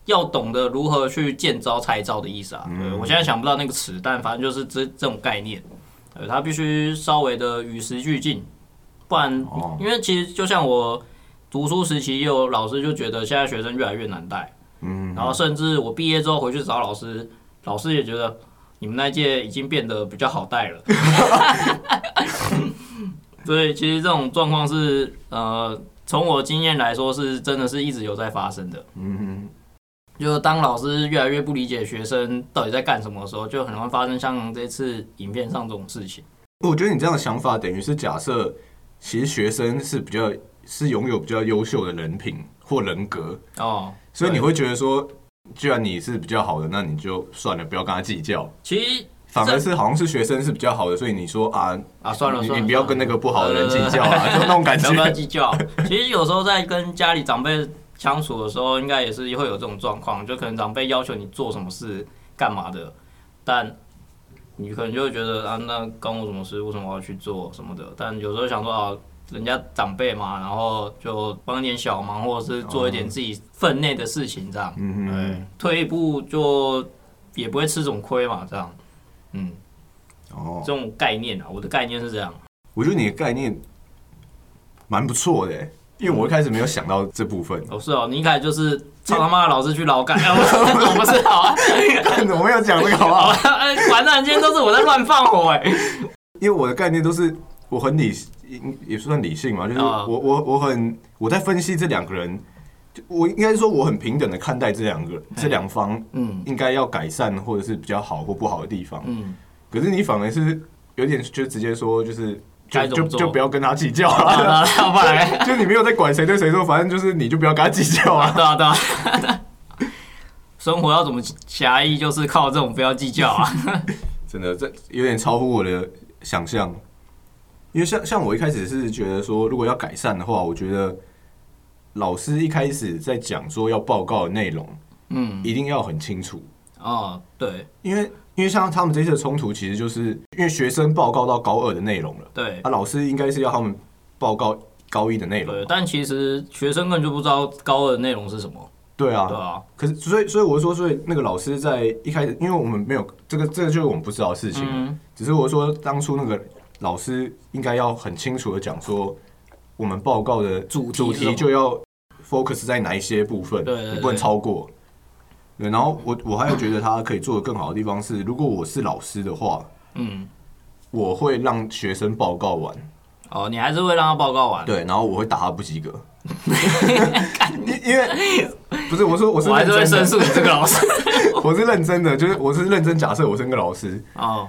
Speaker 2: 要懂得如何去见招拆招的意思啊。对我现在想不到那个词，但反正就是这这种概念，对他必须稍微的与时俱进，不然、
Speaker 1: 哦
Speaker 2: 因为其实就像我读书时期，也有老师就觉得现在学生越来越难带，
Speaker 1: 嗯，
Speaker 2: 然后甚至我毕业之后回去找老师，老师也觉得你们那届已经变得比较好带了。 [laughs] 所以其实这种状况是呃，从我经验来说是真的是一直有在发生的。
Speaker 1: 嗯，
Speaker 2: 就当老师越来越不理解学生到底在干什么的时候，就很容易发生像这次影片上这种事情。
Speaker 1: 我觉得你这样的想法等于是假设，其实学生是比较是拥有比较优秀的人品或人格，
Speaker 2: 哦，
Speaker 1: 所以你会觉得说，既然你是比较好的，那你就算了，不要跟他计较。
Speaker 2: 其实
Speaker 1: 反而是好像是学生是比较好的，所以你说啊，
Speaker 2: 啊，算了
Speaker 1: 你
Speaker 2: 算了，
Speaker 1: 你不要跟那个不好的人计较啊，
Speaker 2: 对
Speaker 1: 就那种感
Speaker 2: [laughs] 不要不要
Speaker 1: 觉。
Speaker 2: 计较。其实有时候在跟家里长辈相处的时候，应该也是会有这种状况，就可能长辈要求你做什么事、干嘛的，但你可能就会觉得啊，那关我什么事？为什么我要去做什么的？但有时候想说啊。人家长辈嘛，然后就帮一点小忙，或者是做一点自己分内的事情，这样，
Speaker 1: 嗯
Speaker 2: 对，退一步就也不会吃这种亏嘛，这样，嗯，
Speaker 1: 哦
Speaker 2: 这，种概念啊，我的概念是这样，
Speaker 1: 我觉得你的概念蛮不错的欸，因为我一开始没有想到这部分。 [laughs]
Speaker 2: 哦，是哦，你一开始就是操他妈的老师去劳改，哎我我不是好啊，
Speaker 1: 我没有讲这个 [laughs] 好不
Speaker 2: 好
Speaker 1: 好
Speaker 2: 啊？，哎完蛋，今天都是我在乱放火哎，
Speaker 1: [laughs] 因为我的概念都是我很理，应也算理性嘛，就是
Speaker 2: 啊
Speaker 1: 我我我很我在分析这两个人，就我应该是说我很平等的看待这两个这两方
Speaker 2: 嗯
Speaker 1: 应该要改善或者是比较好或不好的地方。
Speaker 2: 嗯，
Speaker 1: 可是你反而是有点就直接说就是就
Speaker 2: 该怎
Speaker 1: 就
Speaker 2: 么做
Speaker 1: 就不要跟他计较
Speaker 2: 好
Speaker 1: 啊，
Speaker 2: 的，要不
Speaker 1: [laughs]
Speaker 2: 然，
Speaker 1: 就你没有在管谁对谁错，反正就是你就不要跟他计较啊。
Speaker 2: 对啊对啊， [laughs] 生活要怎么狭义，就是靠这种不要计较啊，
Speaker 1: 真的，这有点超乎我的想象。因为像像我一开始是觉得说，如果要改善的话，我觉得老师一开始在讲说要报告的内容
Speaker 2: 嗯，
Speaker 1: 一定要很清楚，
Speaker 2: 哦对，
Speaker 1: 因为因为像他们这次的冲突，其实就是因为学生报告到高二的内容了，
Speaker 2: 对
Speaker 1: 啊，老师应该是要他们报告高一的内容
Speaker 2: 对，
Speaker 1: 嘛，
Speaker 2: 但其实学生根本就不知道高二的内容是什么，
Speaker 1: 对啊，
Speaker 2: 对啊，
Speaker 1: 可是，所以，所以我就说，所以那个老师在一开始，因为我们没有这个，这个就是我们不知道的事情。
Speaker 2: 嗯，
Speaker 1: 只是我说，当初那个老师应该要很清楚的讲说，我们报告的
Speaker 2: 主题
Speaker 1: 主
Speaker 2: 是什
Speaker 1: 题
Speaker 2: 么
Speaker 1: 就要 focus 在哪一些部分，
Speaker 2: 对对对
Speaker 1: 你不能超过。对，然后我我还有觉得他可以做的更好的地方是，如果我是老师的话，
Speaker 2: 嗯，
Speaker 1: 我会让学生报告完，
Speaker 2: 哦，你还是会让他报告完，
Speaker 1: 对，然后我会打他不及格。
Speaker 2: [laughs]
Speaker 1: 因因为不是我说我是
Speaker 2: 我还是会
Speaker 1: 认真
Speaker 2: 申
Speaker 1: 的
Speaker 2: 诉你这个老师。
Speaker 1: [laughs] 我是认真的，就是我是认真假设我是那个老师，
Speaker 2: 哦，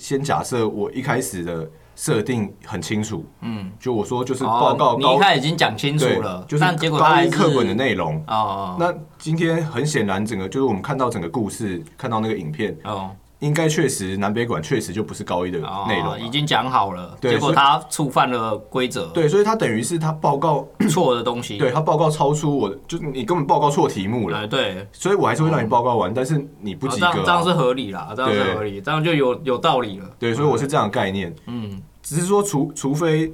Speaker 1: 先假设我一开始的设定很清楚，
Speaker 2: 嗯，
Speaker 1: 就我说就是
Speaker 2: 哦
Speaker 1: 报告
Speaker 2: 你一
Speaker 1: 高、
Speaker 2: 开始已经讲清楚
Speaker 1: 对
Speaker 2: 了，，
Speaker 1: 就是
Speaker 2: 但结果他
Speaker 1: 高
Speaker 2: 还
Speaker 1: 一
Speaker 2: 是
Speaker 1: 课本的内容。
Speaker 2: 哦
Speaker 1: 那今天很显然，整个就是我们看到整个故事，看到那个影片，
Speaker 2: 哦
Speaker 1: 应该确实南北馆确实就不是高一的
Speaker 2: 哦，
Speaker 1: 内容
Speaker 2: 已
Speaker 1: 嘛。
Speaker 2: 经讲好了，
Speaker 1: 对
Speaker 2: 结果
Speaker 1: 所以
Speaker 2: 他触犯了规则，
Speaker 1: 对，所以他等于是他报告，
Speaker 2: 错的东西，
Speaker 1: 对他报告超出我的，就是你根本报告错题目了，
Speaker 2: 呃对，
Speaker 1: 所以我还是会让你报告完，但是你不
Speaker 2: 哦
Speaker 1: 及
Speaker 2: 这样
Speaker 1: 格
Speaker 2: 这样
Speaker 1: 啊。
Speaker 2: 是合理啦，这样是
Speaker 1: 对
Speaker 2: 合理，这样就有有道理了，
Speaker 1: 对，所以我是这样的概念。
Speaker 2: 嗯，
Speaker 1: 只是说除，除非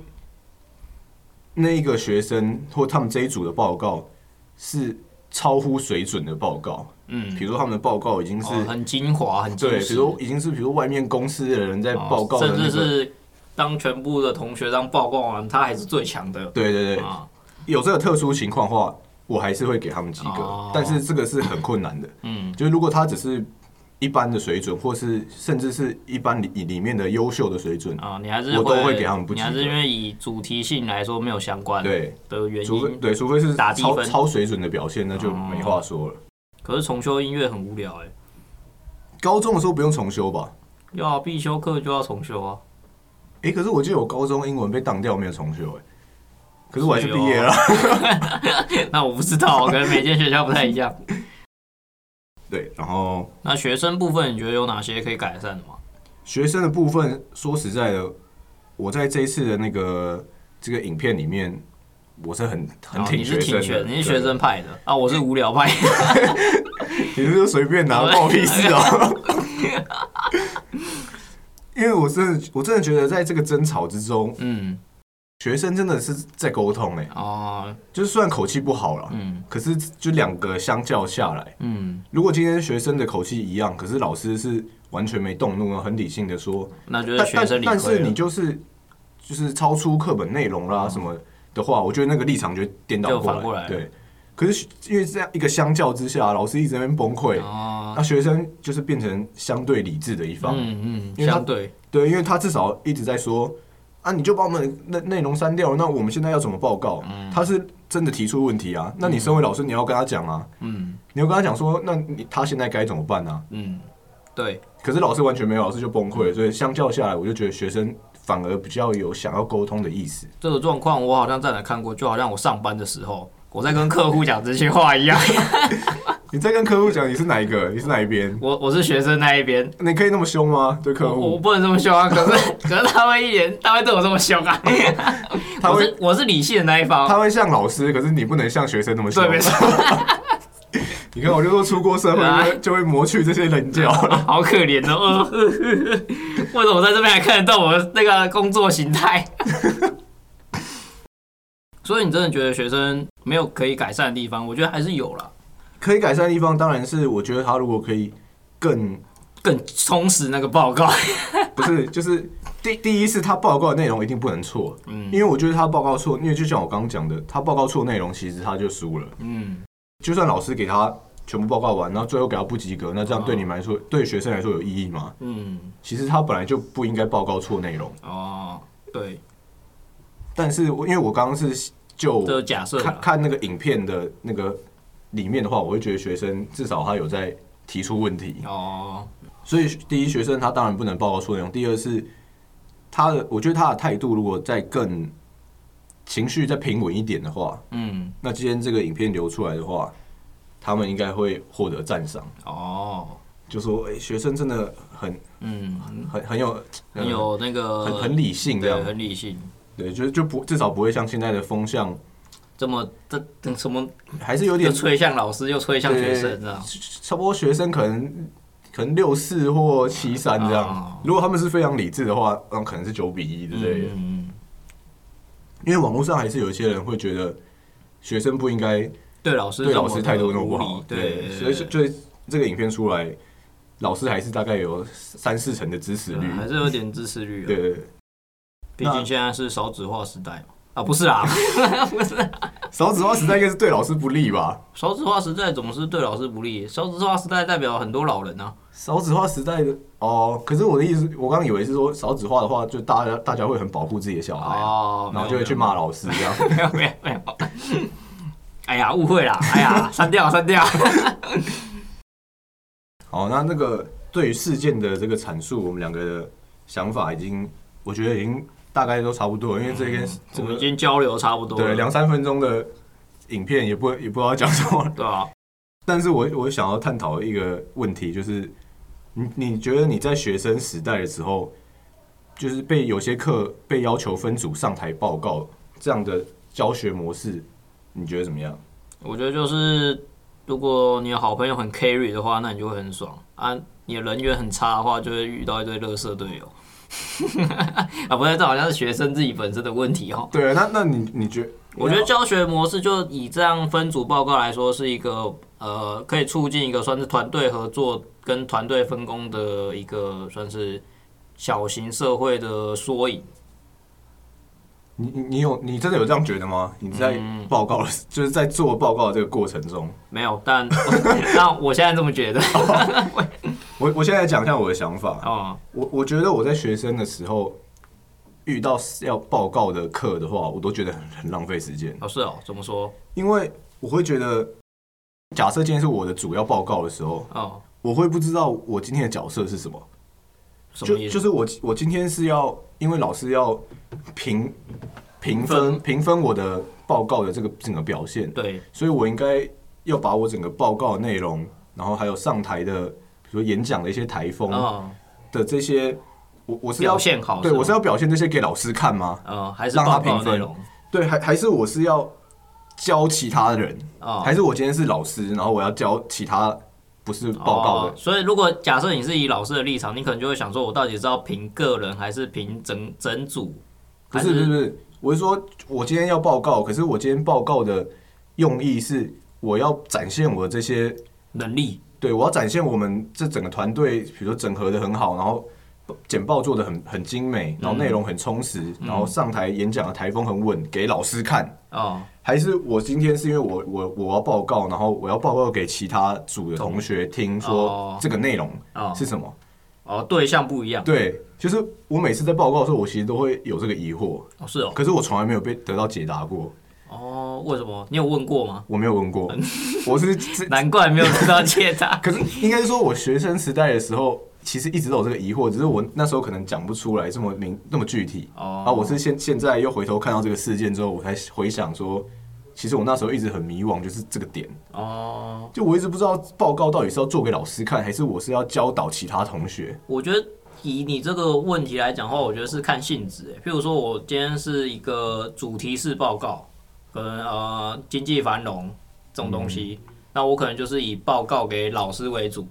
Speaker 1: 那一个学生或他们这一组的报告是超乎水准的报告，
Speaker 2: 嗯，
Speaker 1: 比如说他们的报告已经是、
Speaker 2: 哦很精华，很精
Speaker 1: 对，比
Speaker 2: 实，
Speaker 1: 如说已经是比如外面公司的人在
Speaker 2: 哦
Speaker 1: 报告的、那
Speaker 2: 甚
Speaker 1: 个
Speaker 2: 至是当全部的同学当报告完，他还是最强的
Speaker 1: 对对对，
Speaker 2: 啊，
Speaker 1: 有这个特殊情况的话，我还是会给他们及格，
Speaker 2: 哦
Speaker 1: 但是这个是很困难的，
Speaker 2: 嗯，
Speaker 1: 就是如果他只是。一般的水准，或是甚至是一般里里面的优秀的水准，
Speaker 2: 啊，你还是
Speaker 1: 我都会给他们不及
Speaker 2: 你
Speaker 1: 格
Speaker 2: 还是因为以主题性来说没有相关
Speaker 1: 对，
Speaker 2: 的原
Speaker 1: 除非
Speaker 2: 因。
Speaker 1: 对，除非是
Speaker 2: 打低
Speaker 1: 超
Speaker 2: 分
Speaker 1: 超水准的表现，那就没话说了。
Speaker 2: 可是重修音乐很无聊哎、
Speaker 1: 高中的时候不用重修吧？
Speaker 2: 要啊必修课就要重修啊。
Speaker 1: 哎、可是我记得我高中英文被当掉，没有重修哎、可是我还是
Speaker 2: 是哦
Speaker 1: 毕业了。 [laughs]
Speaker 2: 那我不知道，可能每间学校不太一样。
Speaker 1: 对，然后
Speaker 2: 那学生部分你觉得有哪些可以改善的吗？
Speaker 1: 学生的部分，说实在的，我在这一次的那个这个影片里面，我是很很
Speaker 2: 哦
Speaker 1: 挺
Speaker 2: 你是
Speaker 1: 学生
Speaker 2: 挺
Speaker 1: 的，
Speaker 2: 学，你是
Speaker 1: 对
Speaker 2: 学，生派的啊，我是无
Speaker 1: [laughs]
Speaker 2: 聊派。
Speaker 1: 你是不是随便拿关我屁事
Speaker 2: [laughs]
Speaker 1: 哦。因为我真的，我真的觉得在这个争吵之中，
Speaker 2: 嗯，
Speaker 1: 学生真的是在沟通哎、
Speaker 2: 哦，
Speaker 1: 就是虽然口气不好啦，
Speaker 2: 嗯
Speaker 1: 可是就两个相较下来，
Speaker 2: 嗯，
Speaker 1: 如果今天学生的口气一样，可是老师是完全没动怒，很理性的说，
Speaker 2: 那就是
Speaker 1: 但
Speaker 2: 学生
Speaker 1: 但
Speaker 2: 理
Speaker 1: 但
Speaker 2: 亏
Speaker 1: 是你
Speaker 2: 了，
Speaker 1: 就是就是超出课本内容啦什么的话，我觉得那个立场就会颠倒
Speaker 2: 就
Speaker 1: 过
Speaker 2: 反
Speaker 1: 来。
Speaker 2: 过来了
Speaker 1: 对，可是因为这样一个相较之下，老师一直在那边崩溃，
Speaker 2: 哦，
Speaker 1: 那学生就是变成相对理智的一方。
Speaker 2: 嗯
Speaker 1: 因为
Speaker 2: 嗯，
Speaker 1: 他
Speaker 2: 相对
Speaker 1: 对，因为他至少一直在说。啊！你就把我们的内内容删掉，那我们现在要怎么报告？
Speaker 2: 嗯
Speaker 1: 他是真的提出问题啊。那你身为老师，你要跟他讲啊，
Speaker 2: 嗯
Speaker 1: 你要跟他讲说，那你他现在该怎么办啊？
Speaker 2: 嗯，对，
Speaker 1: 可是老师完全没有，老师就崩溃了。所以相较下来，我就觉得学生反而比较有想要沟通的意思。
Speaker 2: 这个状况我好像在哪看过，就好像我上班的时候，我在跟客户讲这些话一样。 [laughs]
Speaker 1: 你在跟客户讲你是哪一个，你是哪一边？
Speaker 2: 我我是学生那一边，
Speaker 1: 你可以那么凶吗？对客
Speaker 2: 我我
Speaker 1: 户，
Speaker 2: 不能这么凶啊，可是可是他会一脸，他会对我这么凶啊。
Speaker 1: 他
Speaker 2: 我
Speaker 1: 会
Speaker 2: 是我是理性的那一方，
Speaker 1: 他会像老师，可是你不能像学生那么凶
Speaker 2: 对，。没错，
Speaker 1: 你看，我就说出过社会
Speaker 2: 对
Speaker 1: 就
Speaker 2: 啊
Speaker 1: 会就会磨去这些棱角。
Speaker 2: 好可怜哦。 [laughs] 呃为什么在这边还看得到我那个工作形态？ [laughs] 所以你真的觉得学生没有可以改善的地方？我觉得还是有啦，
Speaker 1: 可以改善的地方，当然是我觉得他如果可以更
Speaker 2: 更充实那个报
Speaker 1: [laughs]
Speaker 2: 告。
Speaker 1: 不是，就是第第一是他报告的内容一定不能错，
Speaker 2: 嗯
Speaker 1: 因为我觉得他报告错，因为就像我刚刚讲的，他报告错内容，其实他就输了。
Speaker 2: 嗯，
Speaker 1: 就算老师给他全部报告完，然后最后给他不及格，那这样
Speaker 2: 哦
Speaker 1: 对你们来说，对学生来说有意义吗？
Speaker 2: 嗯，
Speaker 1: 其实他本来就不应该报告错内容，
Speaker 2: 哦，对，
Speaker 1: 但是我因为我刚刚是就
Speaker 2: 这是假设
Speaker 1: 看
Speaker 2: 啦。
Speaker 1: 看那个影片的那个里面的话，我会觉得学生至少他有在提出问题，
Speaker 2: 哦，
Speaker 1: 所以第一学生他当然不能报告错内容，第二是他的，我觉得他的态度如果再更情绪再平稳一点的话，
Speaker 2: 嗯，
Speaker 1: 那今天这个影片流出来的话，他们应该会获得赞赏。
Speaker 2: 哦，
Speaker 1: 就说，哎、学生真的很
Speaker 2: 嗯，呃
Speaker 1: 很很有
Speaker 2: 很有那个
Speaker 1: 很很理性这
Speaker 2: 对，
Speaker 1: 样，
Speaker 2: 很理性。
Speaker 1: 对，就是就不至少不会像现在的风向，
Speaker 2: 这么这这什么
Speaker 1: 还是有
Speaker 2: 又
Speaker 1: 点
Speaker 2: 吹向老师，又吹向学生，这样
Speaker 1: 差不多学生可能可能六四或七三这
Speaker 2: 哦
Speaker 1: 样。如果他们是非常理智的话，那可能是九比一之类的。
Speaker 2: 嗯，
Speaker 1: 因为网络上还是有一些人会觉得学生不应该
Speaker 2: 对老师
Speaker 1: 对
Speaker 2: 这么
Speaker 1: 老师态度那么不
Speaker 2: 无
Speaker 1: 好
Speaker 2: 理，
Speaker 1: 对
Speaker 2: 对，，
Speaker 1: 所以就
Speaker 2: 对
Speaker 1: 就这个影片出来，老师还是大概有三四成的支持率
Speaker 2: 对，啊还是有点支持率、啊，
Speaker 1: 对，对对，
Speaker 2: 毕竟现在是少子化时代嘛。啊，不是啊， [laughs] 不是啊
Speaker 1: 少子化时代应该是对老师不利吧？
Speaker 2: 少子化时代总是对老师不利。少子化时代代表很多老人啊，
Speaker 1: 少子化时代的哦，可是我的意思，我刚刚以为是说少子化的话，就大家大家会很保护自己的小孩啊，
Speaker 2: 哦，
Speaker 1: 然后
Speaker 2: 没
Speaker 1: 就
Speaker 2: 有
Speaker 1: 会去骂老师这样。
Speaker 2: 没有没有没有。 [laughs] 哎呀，误会啦！哎呀，删掉 [laughs]
Speaker 1: [laughs]
Speaker 2: 删掉。
Speaker 1: [laughs] 好，那那个对于事件的这个阐述，我们两个的想法已经，我觉得已经大概都差不多了，因为这跟
Speaker 2: 我
Speaker 1: 这
Speaker 2: 们已
Speaker 1: 个
Speaker 2: 经交流差不多
Speaker 1: 对
Speaker 2: 了，
Speaker 1: 两三分钟的影片也不也不知道讲什么， [laughs]
Speaker 2: 对啊，
Speaker 1: 但是我我想要探讨一个问题，就是你你觉得你在学生时代的时候，就是被有些课被要求分组上台报告这样的教学模式，你觉得怎么样？
Speaker 2: 我觉得就是，如果你的好朋友很 carry 的话，那你就会很爽啊；你的人缘很差的话，就会遇到一堆垃圾队友。 [laughs] 啊，不对，这好像是学生自己本身的问题哦。
Speaker 1: 对，啊那那你你觉
Speaker 2: 我觉得教学模式就以这样分组报告来说，是一个呃，可以促进一个算是团队合作跟团队分工的一个算是小型社会的缩影。
Speaker 1: 你你你有你真的有这样觉得吗？你在
Speaker 2: 嗯
Speaker 1: 报告、就是在做报告的这个过程中，
Speaker 2: 没
Speaker 1: [laughs]
Speaker 2: 有，但但我现在这么觉得。
Speaker 1: 我我现在讲一下我的想法。
Speaker 2: 哦，
Speaker 1: 我我觉得我在学生的时候遇到要报告的课的话，我都觉得很很浪费时间。
Speaker 2: 哦是哦，怎么说？
Speaker 1: 因为我会觉得，假设今天是我的主要报告的时候，
Speaker 2: 哦，
Speaker 1: 我会不知道我今天的角色是什么。
Speaker 2: 什
Speaker 1: 就
Speaker 2: 么意思？
Speaker 1: 就是我我今天是要，因为老师要评评分评分我的报告的这个整个表现，
Speaker 2: 对，
Speaker 1: 所以我应该要把我整个报告的内容，然后还有上台的，比如说演讲的一些台风
Speaker 2: 哦，
Speaker 1: 的这些，我我是要
Speaker 2: 表现好
Speaker 1: 对
Speaker 2: 是吗
Speaker 1: 我是要表现这些给老师看吗？
Speaker 2: 呃，还是
Speaker 1: 让
Speaker 2: 报
Speaker 1: 他
Speaker 2: 告
Speaker 1: 评分
Speaker 2: 内容
Speaker 1: 对，还还是我是要教其他人？
Speaker 2: 哦
Speaker 1: 还是我今天是老师，然后我要教其他不是报告的
Speaker 2: 哦。所以，如果假设你是以老师的立场，你可能就会想说，我到底是要评个人，还是评整整组？
Speaker 1: 不
Speaker 2: 还
Speaker 1: 是不是不是，我是说我今天要报告，可是我今天报告的用意是我要展现我这些，
Speaker 2: 能力？
Speaker 1: 对我要展现我们这整个团队，比如说整合的很好，然后简报做的很很精美，然后
Speaker 2: 嗯
Speaker 1: 内容很充实，然后上台演讲的台风很稳，给老师看。
Speaker 2: 哦，
Speaker 1: 还是我今天是因为我我我要报告，然后我要报告给其他组的同学听，说
Speaker 2: 哦
Speaker 1: 这个内容
Speaker 2: 哦
Speaker 1: 是什么？
Speaker 2: 哦，对象不一样。
Speaker 1: 对，就是我每次在报告的时候，我其实都会有这个疑惑，
Speaker 2: 哦，是哦。
Speaker 1: 可是我从来没有被得到解答过，
Speaker 2: 哦，为什么？你有问过吗？
Speaker 1: 我没有问过， [laughs] 我是这，。
Speaker 2: 难怪没有得 [laughs] 到解答
Speaker 1: 可是应该是说我学生时代的时候，其实一直都有这个疑惑，只是我那时候可能讲不出来这么明那么具体。
Speaker 2: 哦
Speaker 1: 啊，我是现现在又回头看到这个事件之后，我才回想说，其实我那时候一直很迷惘，就是这个点。
Speaker 2: 哦，
Speaker 1: 就我一直不知道报告到底是要做给老师看，还是我是要教导其他同学。
Speaker 2: 我觉得以你这个问题来讲的话，我觉得是看性质。欸譬如说，我今天是一个主题式报告，可能呃经济繁荣这种东西，那我可能就是以报告给老师为主，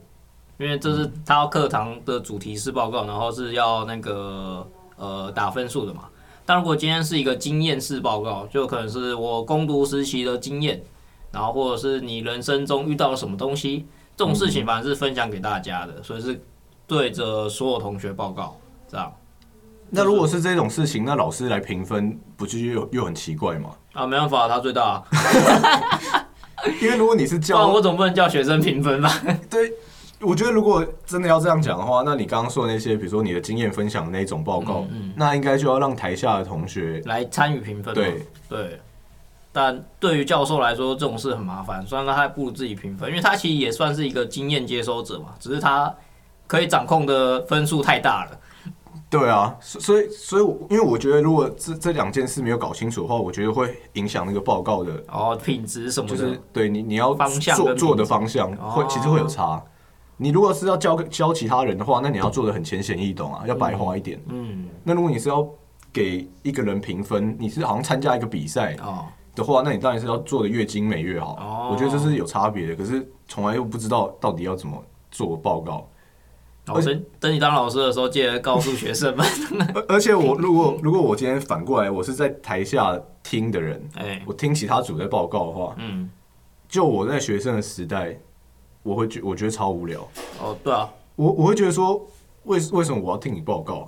Speaker 2: 因为这是他课堂的主题式报告，然后是要那个呃打分数的嘛。但如果今天是一个经验式报告，就可能是我攻读时期的经验，然后或者是你人生中遇到了什么东西，这种事情反正是分享给大家的，所以是对着所有同学报告这样
Speaker 1: 那如果是这种事情，那老师来评分，不就又又很奇怪吗？
Speaker 2: 啊，没办法，他最大、啊，
Speaker 1: 因为如果你是
Speaker 2: 不然
Speaker 1: 教，
Speaker 2: [laughs] 我总不能叫学生评分吧？ [laughs]
Speaker 1: 对，我觉得如果真的要这样讲的话，那你刚刚说的那些，比如说你的经验分享的那种报告，那应该就要让台下的同学
Speaker 2: 来参与评分嘛，
Speaker 1: 对
Speaker 2: 对。但对于教授来说，这种事很麻烦，虽然他还不如自己评分，因为他其实也算是一个经验接收者嘛，只是他可以掌控的分数太大了。
Speaker 1: 对啊，所所以所以我，因为我觉得如果这这两件事没有搞清楚的话，我觉得会影响那个报告的，
Speaker 2: 然后品质什么
Speaker 1: 就
Speaker 2: 的，
Speaker 1: 是对你你要
Speaker 2: 方向
Speaker 1: 做
Speaker 2: 跟
Speaker 1: 做的
Speaker 2: 品质
Speaker 1: 方向会
Speaker 2: 哦
Speaker 1: 其实会有差。你如果是要教教其他人的话，那你要做的很浅显易懂啊，要白话一点。
Speaker 2: 嗯，
Speaker 1: 那如果你是要给一个人评分，你是好像参加一个比赛
Speaker 2: 哦，
Speaker 1: 的话，那你当然是要做的越精美越好。
Speaker 2: 哦
Speaker 1: 我觉得这是有差别的，可是从来又不知道到底要怎么做报告。
Speaker 2: 老师，等你当老师的时候，记得告诉学生们。 [laughs]
Speaker 1: 而而且我如果如果我今天反过来，我是在台下听的人，
Speaker 2: 哎，
Speaker 1: 我听其他组在报告的话，
Speaker 2: 嗯，
Speaker 1: 就我在学生的时代，我会觉我觉得超无聊。
Speaker 2: 哦，对啊，
Speaker 1: 我我会觉得说，为为什么我要听你报告啊？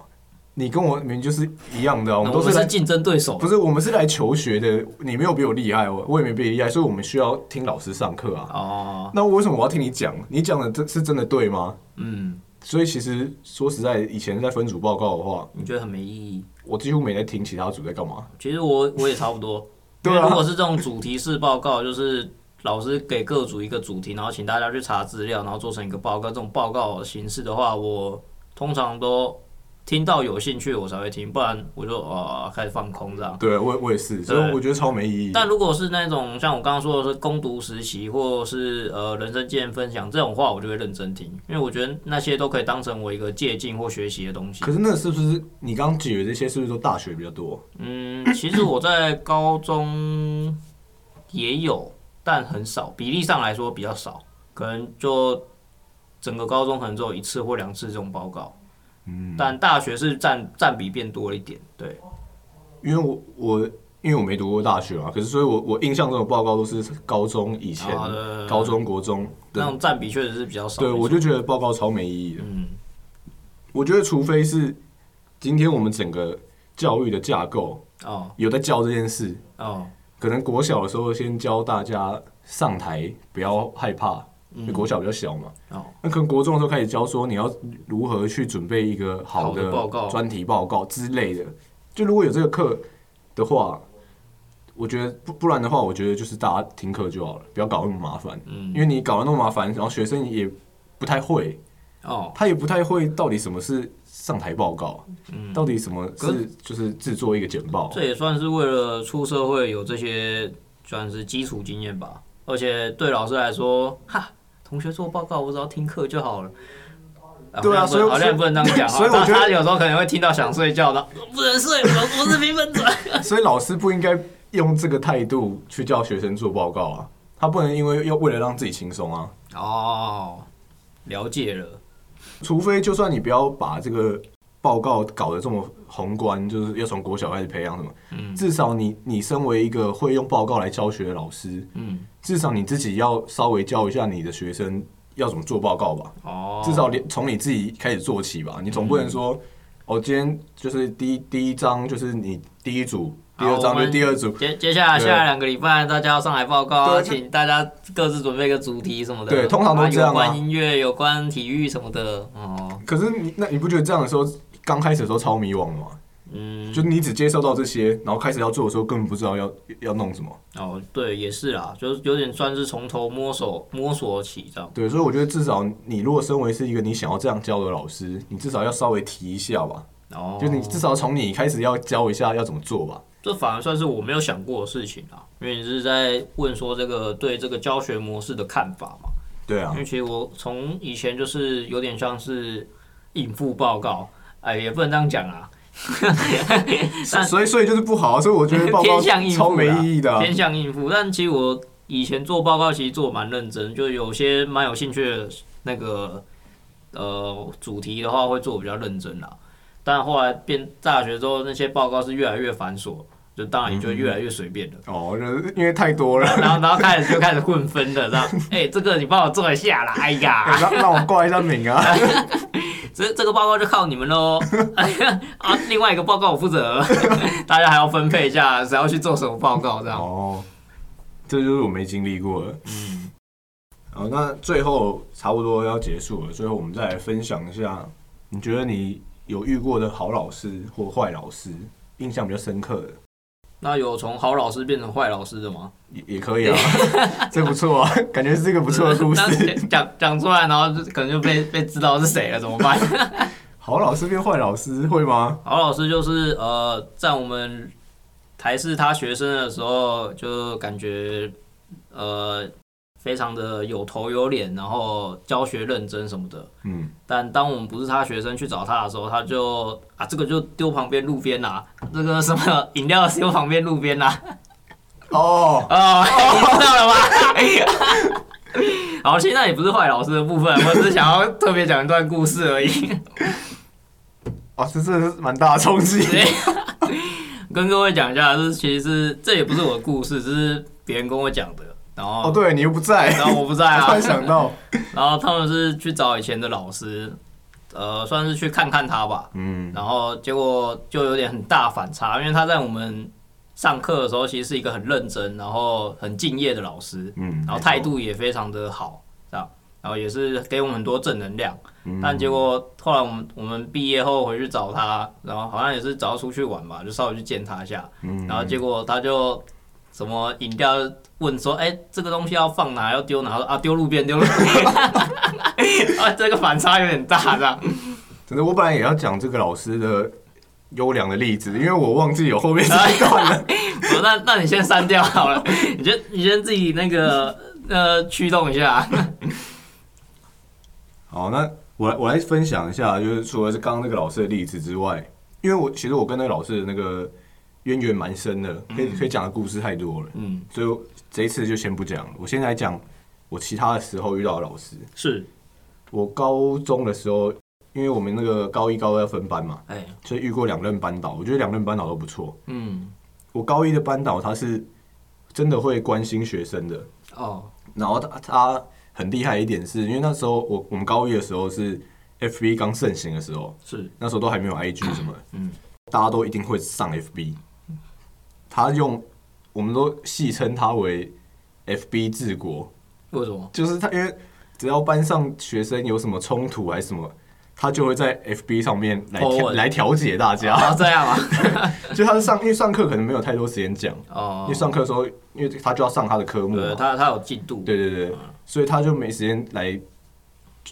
Speaker 1: 你跟我明明就是一样的啊，我们
Speaker 2: 我
Speaker 1: 都
Speaker 2: 们
Speaker 1: 是
Speaker 2: 是
Speaker 1: 来
Speaker 2: 竞争对手
Speaker 1: 不。是我们是来求学的，你没有比我厉害，我我也没比你厉害，所以我们需要听老师上课啊。
Speaker 2: 哦，
Speaker 1: 那我为什么我要听你讲？你讲的这是真的对吗？
Speaker 2: 嗯，
Speaker 1: 所以其实说实在，以前在分组报告的话，
Speaker 2: 你觉得很没意义？
Speaker 1: 我几乎没在听其他组在干嘛。
Speaker 2: 其实我我也
Speaker 1: [laughs]
Speaker 2: 差不多。因
Speaker 1: 对啊
Speaker 2: 为如果是这种主题式报告，就是老师给各组一个主题，然后请大家去查资料，然后做成一个报告。这种报告形式的话，我通常都听到有兴趣我才会听，不然我就呃开始放空这样。
Speaker 1: 对我我也是，所以我觉得超没意义。
Speaker 2: 但如果是那种像我刚刚说的是攻读实习，或是呃人生经验分享这种话，我就会认真听，因为我觉得那些都可以当成我一个借鉴或学习的东西
Speaker 1: 可。是那是不是你刚刚举的这些是不是都大学比较多？
Speaker 2: 嗯，其实我在高中也有，但很少，比例上来说比较少，可能就整个高中可能只有一次或两次这种报告。嗯，但大学是占占比变多了一点，对。
Speaker 1: 因为我我因为我没读过大学嘛，可是所以我我印象中的报告都是高中以前、
Speaker 2: 啊对对对
Speaker 1: 高中国中
Speaker 2: 那
Speaker 1: 的，
Speaker 2: 种占比确实是比较少。
Speaker 1: 对
Speaker 2: 没错
Speaker 1: 我就觉得报告超没意义的。
Speaker 2: 嗯，
Speaker 1: 我觉得除非是今天我们整个教育的架构
Speaker 2: 哦
Speaker 1: 有在教这件事，
Speaker 2: 哦，
Speaker 1: 可能国小的时候先教大家上台不要害怕，
Speaker 2: 嗯
Speaker 1: 因为国小比较小嘛。
Speaker 2: 哦
Speaker 1: 那可能国中的时候开始教说你要如何去准备一个好
Speaker 2: 好的报告
Speaker 1: 的专题报告之类的。就如果有这个课的话，我觉得不不然的话，我觉得就是大家听课就好了，不要搞那么麻烦。
Speaker 2: 嗯
Speaker 1: 因为你搞得那么麻烦，然后学生也不太会，
Speaker 2: 哦，
Speaker 1: 他也不太会到底什么是上台报告，到底什么
Speaker 2: 嗯可
Speaker 1: 是就是制作一个简报。
Speaker 2: 这也算是为了出社会有这些算是基础经验吧。而且对老师来说，哈，同学做报告我只要听课就好了。
Speaker 1: 对啊
Speaker 2: 好像不
Speaker 1: 所以
Speaker 2: 好像不能这样讲啊。
Speaker 1: 所以我觉得
Speaker 2: 他他有时候可能会听到想睡觉的，不能睡，我我是评分者。
Speaker 1: 所以老师不应该用这个态度去叫学生做报告啊，他不能因为要为了让自己轻松啊，
Speaker 2: 哦，了解了，
Speaker 1: 除非就算你不要把这个报告搞得这么宏观，就是要从国小开始培养什么，
Speaker 2: 嗯
Speaker 1: 至少你你身为一个会用报告来教学的老师，
Speaker 2: 嗯，
Speaker 1: 至少你自己要稍微教一下你的学生要怎么做报告吧，
Speaker 2: 哦，嗯
Speaker 1: 至少连从你自己开始做起吧，你总不能说。哦，今天就是第一第一章，就是你第一组，第二章就
Speaker 2: 好我们
Speaker 1: 第二组，
Speaker 2: 接接下来
Speaker 1: 对
Speaker 2: 下来两个礼拜，大家要上海报告
Speaker 1: 对
Speaker 2: 啊，
Speaker 1: 这
Speaker 2: 请大家各自准备一个主题什么的。
Speaker 1: 对通常都这样啊
Speaker 2: 有关音乐，有关体育什么的。哦，
Speaker 1: 可是你那你不觉得这样的时候，刚开始的时候超迷惘的吗？
Speaker 2: 嗯，
Speaker 1: 就你只接受到这些，然后开始要做的时候，根本不知道要要弄什么。
Speaker 2: 哦，对，也是啦，就是有点算是从头摸索摸索起这样。
Speaker 1: 对，所以我觉得至少你如果身为是一个你想要这样教的老师，你至少要稍微提一下吧，
Speaker 2: 哦，
Speaker 1: 就你至少从你开始要教一下要怎么做吧。
Speaker 2: 这反而算是我没有想过的事情啦，因为你是在问说这个对这个教学模式的看法嘛。
Speaker 1: 对
Speaker 2: [laughs]
Speaker 1: 啊
Speaker 2: 因，为其实我从以前就是有点像是应付报告，哎，也不能这样讲啊， [laughs]
Speaker 1: 所所以所以就是不好啊，所以我觉得报告
Speaker 2: 偏向应付
Speaker 1: 超
Speaker 2: 啦
Speaker 1: 没意义的啊、
Speaker 2: 偏向应付。但其实我以前做报告，其实做得蛮认真，就有些蛮有兴趣的那个呃主题的话，会做得比较认真啦。但后来变大学之后，那些报告是越来越繁琐，就当然也就越来越随
Speaker 1: [laughs]
Speaker 2: 便了。
Speaker 1: 哦，就是因为太多了，
Speaker 2: 然后，然后开始就开始混分了，这样。 [laughs] 哎、这个你帮我做一下啦！哎呀，
Speaker 1: 让让我挂一下名
Speaker 2: [laughs]
Speaker 1: 啊。
Speaker 2: 这这个报告就靠你们喽。 [laughs] 啊，另外一个报告我负责， [laughs] 大家还要分配一下，谁要去做什么报告这样。
Speaker 1: 哦，这就是我没经历过的。嗯，好，那最后差不多要结束了，最后我们再来分享一下，你觉得你有遇过的好老师或坏老师，印象比较深刻的
Speaker 2: 那有从好老师变成坏老师的吗？
Speaker 1: 也也可以啊， [laughs] 这不错啊，感觉是一个不错的故
Speaker 2: 嗯那
Speaker 1: 事。
Speaker 2: 讲讲讲出来，然后就可能就被 [laughs] 被知道是谁了，怎么办？
Speaker 1: 好老师变坏老师会吗？
Speaker 2: [laughs] 好老师就是呃，在我们台视他学生的时候，就感觉呃非常的有头有脸，然后教学认真什么的。
Speaker 1: 嗯，
Speaker 2: 但当我们不是他学生去找他的时候，他就啊这个就丢旁边路边啦、这个什么饮料丢旁边路边啦、
Speaker 1: 哦，
Speaker 2: 哦，你知道了吧？ [laughs] 好，现在也不是坏老师的部分，我只是想要特别讲一段故事而已。
Speaker 1: [laughs] 啊，这真的是蛮大的冲
Speaker 2: [laughs]
Speaker 1: 击。
Speaker 2: 对跟各位讲一下，这其实是这也不是我的故事，这是别人跟我讲的。然后，
Speaker 1: 哦，对你又不在，
Speaker 2: 然后我不在
Speaker 1: [laughs] 突
Speaker 2: 啊
Speaker 1: 然，想
Speaker 2: [laughs]
Speaker 1: 到，
Speaker 2: 然后他们是去找以前的老师，呃，算是去看看他吧。
Speaker 1: 嗯，
Speaker 2: 然后结果就有点很大反差，因为他在我们上课的时候，其实是一个很认真，然后很敬业的老师，
Speaker 1: 嗯，
Speaker 2: 然后态度也非常的好，这样，然后也是给我们很多正能量。
Speaker 1: 没错，
Speaker 2: 但结果后来我们我们毕业后回去找他，然后好像也是找他出去玩吧，就稍微去见他一下，
Speaker 1: 嗯，
Speaker 2: 然后结果他就什么饮料问说，哎、这个东西要放哪？要丢哪？他说啊，丢路边，丢路 [laughs] 边。啊，这个反差有点大，这样。
Speaker 1: 真的，我本来也要讲这个老师的优良的例
Speaker 2: [laughs]
Speaker 1: 子，因为我忘记有后面这一段了。
Speaker 2: 我那那你先删掉好 [laughs] 了，你先你先自己那个呃驱动一下。
Speaker 1: 好，那我来我来分享一下，就是除了是刚刚那个老师的例子之外，因为我其实我跟那个老师的那个渊源蛮深的，可以可以讲的故事太多了，
Speaker 2: 嗯，
Speaker 1: 所以我这一次就先不讲了。我先来讲我其他的时候遇到的老师。
Speaker 2: 是，
Speaker 1: 我高中的时候，因为我们那个高一高二要分班嘛，
Speaker 2: 哎、
Speaker 1: 所以遇过两任班导，我觉得两任班导都不错。
Speaker 2: 嗯，
Speaker 1: 我高一的班导他是真的会关心学生的，
Speaker 2: 哦，
Speaker 1: 然后他他很厉害一点是，因为那时候我我们高一的时候是 FB 刚盛行的时候，
Speaker 2: 是，
Speaker 1: 那时候都还没有 IG 什么的，
Speaker 2: 嗯，
Speaker 1: 大家都一定会上 FB。他用我们都戏称他为 FB 治国，
Speaker 2: 为什么？
Speaker 1: 就是他因为只要班上学生有什么冲突还是什么，他就会在 FB 上面来
Speaker 2: 哦
Speaker 1: 调
Speaker 2: 我
Speaker 1: 来调解大
Speaker 2: 哦
Speaker 1: 家。，
Speaker 2: 这样啊，
Speaker 1: [laughs] 就他是上因为上课可能没有太多时间讲，因
Speaker 2: 哦
Speaker 1: 为，上课的时候因为他就要上他的科目嘛
Speaker 2: 对，他嗯他有进度，
Speaker 1: 啊
Speaker 2: 啊
Speaker 1: 对对对，所以他就没时间来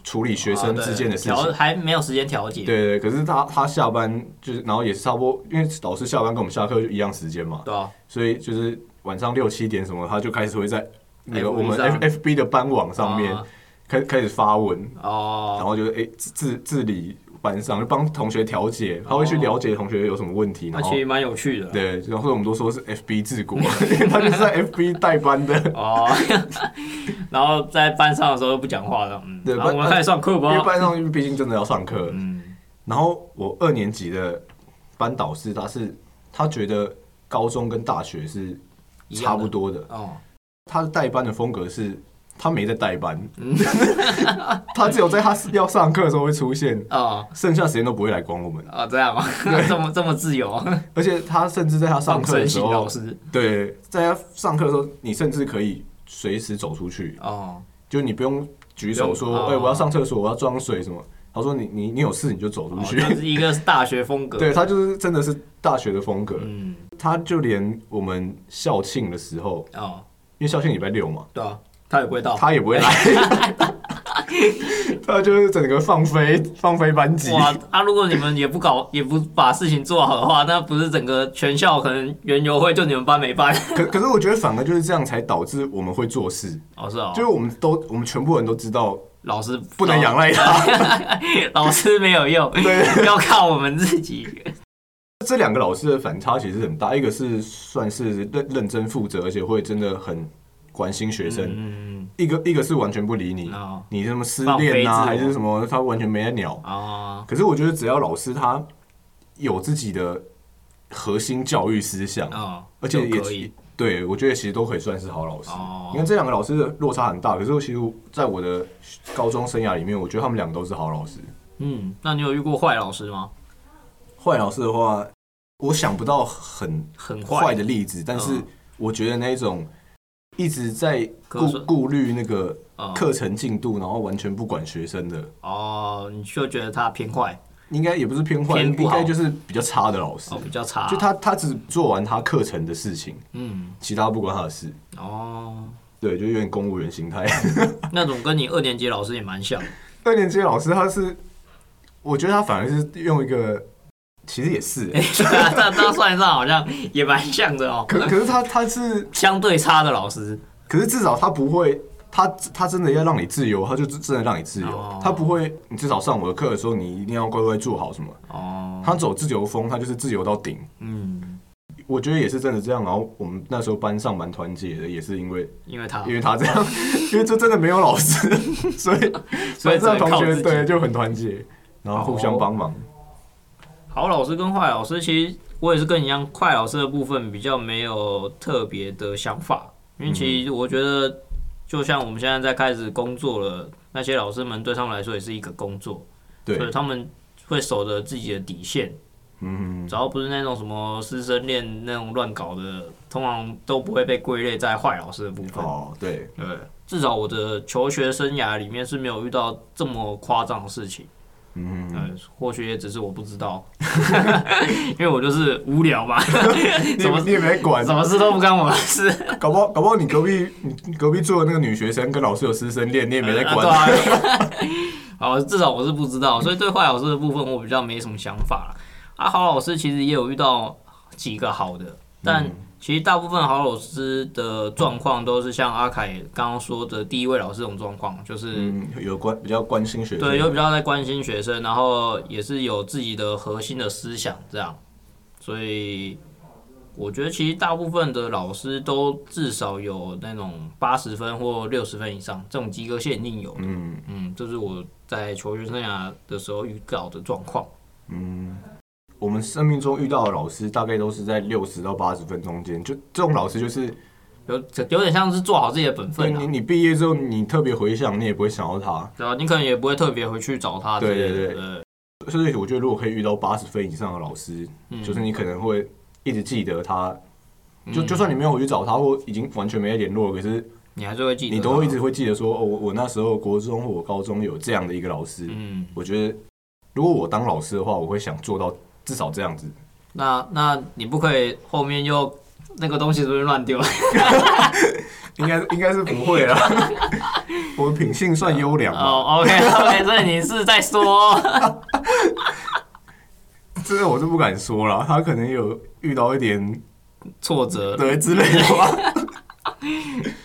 Speaker 1: 处理学生之间的事
Speaker 2: 啊对
Speaker 1: 情。
Speaker 2: 调还没有时间调解，
Speaker 1: 对对，对可是他他下班就是，然后也是差不多，因为老师下班跟我们下课就一样时间嘛，
Speaker 2: 对啊，
Speaker 1: 所以就是晚上六七点什么，他就开始会在那个
Speaker 2: FB
Speaker 1: 我们
Speaker 2: 上
Speaker 1: F F B 的班网上面
Speaker 2: 啊
Speaker 1: 开开始发文，然
Speaker 2: 哦，
Speaker 1: 后就是哎治治理班上，就帮同学调解，他会
Speaker 2: 哦
Speaker 1: 去了解同学有什么问题，
Speaker 2: 那
Speaker 1: 然后
Speaker 2: 其实蛮有趣的，
Speaker 1: 对，然后我们都说是 F B 治
Speaker 2: [laughs]
Speaker 1: 国，因为他就是在 F B 代班的。
Speaker 2: 哦， [laughs] 然后在班上的时候又不讲话了，嗯，
Speaker 1: 对
Speaker 2: 然后我
Speaker 1: 班
Speaker 2: 们开始上课
Speaker 1: 因为
Speaker 2: 吧，
Speaker 1: 班上毕竟真的要上课，
Speaker 2: 嗯，
Speaker 1: 然后我二年级的班导师，他是他觉得高中跟大学是
Speaker 2: 一
Speaker 1: 差
Speaker 2: 样的
Speaker 1: 不多的，
Speaker 2: 哦，
Speaker 1: 他的带班的风格是。他没在带班，
Speaker 2: 嗯
Speaker 1: [laughs] 他只有在他要上课的时候会出现，
Speaker 2: 哦，
Speaker 1: 剩下时间都不会来管我们。
Speaker 2: 哦，这样啊， [laughs] 这么这么自由，啊
Speaker 1: 而且他甚至在他上
Speaker 2: 放
Speaker 1: 课的
Speaker 2: 生
Speaker 1: 时
Speaker 2: 型老
Speaker 1: 候，
Speaker 2: 师，
Speaker 1: 对，在他上课的时候，你甚至可以随时走出去， [laughs]
Speaker 2: 哦，
Speaker 1: 就你不用举手
Speaker 2: 不用
Speaker 1: 说：“
Speaker 2: 哦
Speaker 1: 哎、我要上厕所，我要装水什么。”他说你：“你你有事你就走出
Speaker 2: 哦
Speaker 1: 去。
Speaker 2: 这是一个大学风
Speaker 1: [laughs]
Speaker 2: 格，
Speaker 1: 对他就是真的是大学的风格。
Speaker 2: 嗯，
Speaker 1: 他就连我们校庆的时候，
Speaker 2: 哦，
Speaker 1: 因为校庆礼拜六嘛，
Speaker 2: 对啊，他也不会到，
Speaker 1: 他也不会来，
Speaker 2: [laughs]
Speaker 1: 他就是整个放飞放飞班级。
Speaker 2: 哇，啊，如果你们也不搞，也不把事情做好的话，那不是整个全校可能园游会就你们班没班，
Speaker 1: 可可是我觉得反而就是这样才导致我们会做事，
Speaker 2: 哦，是哦，
Speaker 1: 就是我们都我们全部人都知道
Speaker 2: 老师
Speaker 1: 不能仰赖他。
Speaker 2: [laughs] 老师没有用，
Speaker 1: 对
Speaker 2: 要靠我们自己。
Speaker 1: 这两个老师的反差其实很大，一个是算是认认真负责，而且会真的很关心学生；
Speaker 2: 嗯，
Speaker 1: 一个一个是完全不理你，
Speaker 2: 哦
Speaker 1: 你什么失
Speaker 2: 放飞
Speaker 1: 恋
Speaker 2: 自
Speaker 1: 啊
Speaker 2: 我
Speaker 1: 还是什么，他完全没在鸟。
Speaker 2: 哦
Speaker 1: 可是我觉得只要老师他有自己的核心教育思想，
Speaker 2: 哦，
Speaker 1: 而且
Speaker 2: 就可以
Speaker 1: 也对我觉得其实都可以算是好老师。
Speaker 2: 哦
Speaker 1: 你看这两个老师的落差很大，可是其实在我的高中生涯里面，我觉得他们两个都是好老师。
Speaker 2: 嗯，那你有遇过坏老师吗？
Speaker 1: 坏老师的话，我想不到很
Speaker 2: 很
Speaker 1: 坏
Speaker 2: 坏
Speaker 1: 的例子，但是
Speaker 2: 嗯
Speaker 1: 我觉得那一种一直在
Speaker 2: 课
Speaker 1: 顾
Speaker 2: 程
Speaker 1: 顾虑那个
Speaker 2: 哦
Speaker 1: 课程进度，然后完全不管学生的，
Speaker 2: 哦，你就觉得他偏坏
Speaker 1: 应该也不是偏坏，
Speaker 2: 偏
Speaker 1: 应
Speaker 2: 不好
Speaker 1: 该就是比较差的老师
Speaker 2: 哦，。比较差。
Speaker 1: 就他他只做完他课程的事情，
Speaker 2: 嗯
Speaker 1: 其他不关他的事。
Speaker 2: 哦，
Speaker 1: 对，就有点公务员心态。 [laughs]
Speaker 2: 那种跟你二年级老师也蛮像 [laughs] 的。
Speaker 1: 二年级的老师他是，我觉得他反而是用一个，其实也是、欸
Speaker 2: [laughs] 哎那那算一算好像也蛮像的哦，
Speaker 1: 可可是他他是，
Speaker 2: 相对差的老师
Speaker 1: 可是至少他不会。他他真的要让你自由，他就真的让你自由。
Speaker 2: 哦
Speaker 1: 他不会，你至少上我的课的时候，你一定要乖乖做好什么。
Speaker 2: 哦。
Speaker 1: 他走自由风，他就是自由到顶。
Speaker 2: 嗯，
Speaker 1: 我觉得也是真的这样。然后我们那时候班上蛮团结的，也是因为
Speaker 2: 因为他
Speaker 1: 因为他这样， [laughs] 因为这真的没有老师， [laughs] 所以
Speaker 2: [laughs] 所以
Speaker 1: 班上
Speaker 2: 只能
Speaker 1: 同
Speaker 2: 靠自
Speaker 1: 学
Speaker 2: 己哦
Speaker 1: 对就很团结，然后互相帮忙。
Speaker 2: 好老师跟坏老师，其实我也是跟你一样，坏老师的部分比较没有特别的想法，因
Speaker 1: 嗯
Speaker 2: 为其实我觉得，就像我们现在在开始工作了，那些老师们对他们来说也是一个工作，
Speaker 1: 对
Speaker 2: 所以，他们会守着自己的底线，
Speaker 1: 嗯，
Speaker 2: 只要不是那种什么师生恋那种乱搞的，通常都不会被归类在坏老师的部分。
Speaker 1: 哦，对，
Speaker 2: 对，至少我的求学生涯里面是没有遇到这么夸张的事情。 [laughs]
Speaker 1: 嗯，
Speaker 2: 呃，或许也只是我不知道， [laughs] 因为我就是无聊嘛，
Speaker 1: 你
Speaker 2: 什
Speaker 1: 也
Speaker 2: 么
Speaker 1: 你也没管，
Speaker 2: 什么事都不干我的事，
Speaker 1: 搞不好搞不好你隔壁你隔壁坐的那个女学生跟老师有师生恋，你也没在管。
Speaker 2: 啊对啊 [laughs] 好，至少我是不知道，所以对坏老师的部分我比较没什么想法啦。啊，好老师其实也有遇到几个好的，
Speaker 1: 嗯
Speaker 2: 但其实大部分好老师的状况都是像阿凯刚刚说的第一位老师这种状况，就是
Speaker 1: 嗯，有关比较关心学生，
Speaker 2: 对，又比较在关心学生，然后也是有自己的核心的思想这样，所以我觉得其实大部分的老师都至少有那种八十分或六十分以上这种及格线一定有的。
Speaker 1: 嗯
Speaker 2: 嗯，这是我在求学生涯的时候遇到的状况。
Speaker 1: 嗯，我们生命中遇到的老师大概都是在六十到八十分中间，就这种老师就是
Speaker 2: 有有点像是做好自己的本分
Speaker 1: 你
Speaker 2: 啊，
Speaker 1: 你毕业之后你特别回想，你也不会想到他。
Speaker 2: 对啊，你可能也不会特别回去找他之
Speaker 1: 对
Speaker 2: 类
Speaker 1: 对
Speaker 2: 的，
Speaker 1: 对所以我觉得如果可以遇到八十分以上的老师，
Speaker 2: 嗯
Speaker 1: 就是你可能会一直记得他，
Speaker 2: 嗯
Speaker 1: 就就算你没有回去找他或已经完全没联络，可是
Speaker 2: 你还是会记得，啊
Speaker 1: 你都会一直，会记得说，哦，我我那时候国中或我高中有这样的一个老师，
Speaker 2: 嗯，
Speaker 1: 我觉得如果我当老师的话，我会想做到至少这样子。
Speaker 2: 那那你不可以后面又那个东西是不是乱丢？
Speaker 1: 应该应该是不会
Speaker 2: [laughs]
Speaker 1: 啦，我品性算优良吧，
Speaker 2: 哦、o k
Speaker 1: [laughs]
Speaker 2: OK，所以你是在说，
Speaker 1: 这个我是不敢说啦，他可能有遇到一点
Speaker 2: 挫折，
Speaker 1: 对之类的
Speaker 2: [laughs]
Speaker 1: 话，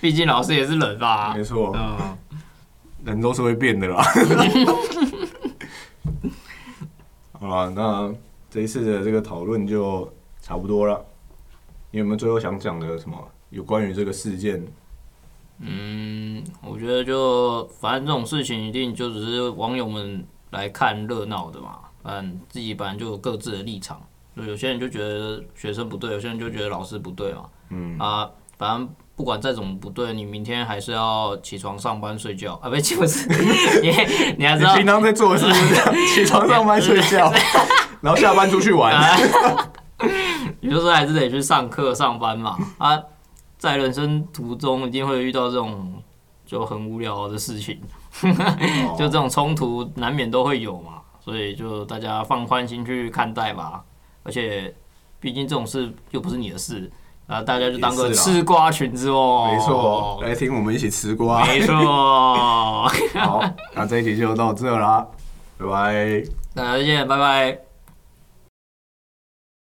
Speaker 2: 毕竟老师也是人吧
Speaker 1: 没。错，
Speaker 2: 嗯，
Speaker 1: 人都是会变的
Speaker 2: [laughs]
Speaker 1: 啦。好啦，那这一次的这个讨论就差不多了。你有没有最后想讲的什么有关于这个事件？
Speaker 2: 嗯，我觉得就反正这种事情一定就只是网友们来看热闹的嘛，嗯，自己本来就有各自的立场，就有些人就觉得学生不对，有些人就觉得老师不对嘛，
Speaker 1: 嗯，
Speaker 2: 啊，反正。不管再怎么不对，你明天还是要起床上班睡觉啊！不是，不是， [laughs] 你你还
Speaker 1: 你
Speaker 2: 是要
Speaker 1: 平常在做的是不是这
Speaker 2: [laughs]
Speaker 1: 样？起床上班睡觉，然后下班出去
Speaker 2: 啊
Speaker 1: 玩。
Speaker 2: [laughs] 也就是还是得去上课、上班嘛。啊，在人生途中一定会遇到这种就很无聊的事情，
Speaker 1: 哦
Speaker 2: 就这种冲突难免都会有嘛，所以就大家放宽心去看待吧。而且，毕竟这种事又不是你的事，啊，大家就当个
Speaker 1: 也是啦
Speaker 2: 吃瓜群众。
Speaker 1: 没错，，来听我们一起吃瓜。
Speaker 2: 哦没错。 [laughs]
Speaker 1: 啊好，那这一集就到这啦，拜拜。
Speaker 2: 大家再见，拜拜。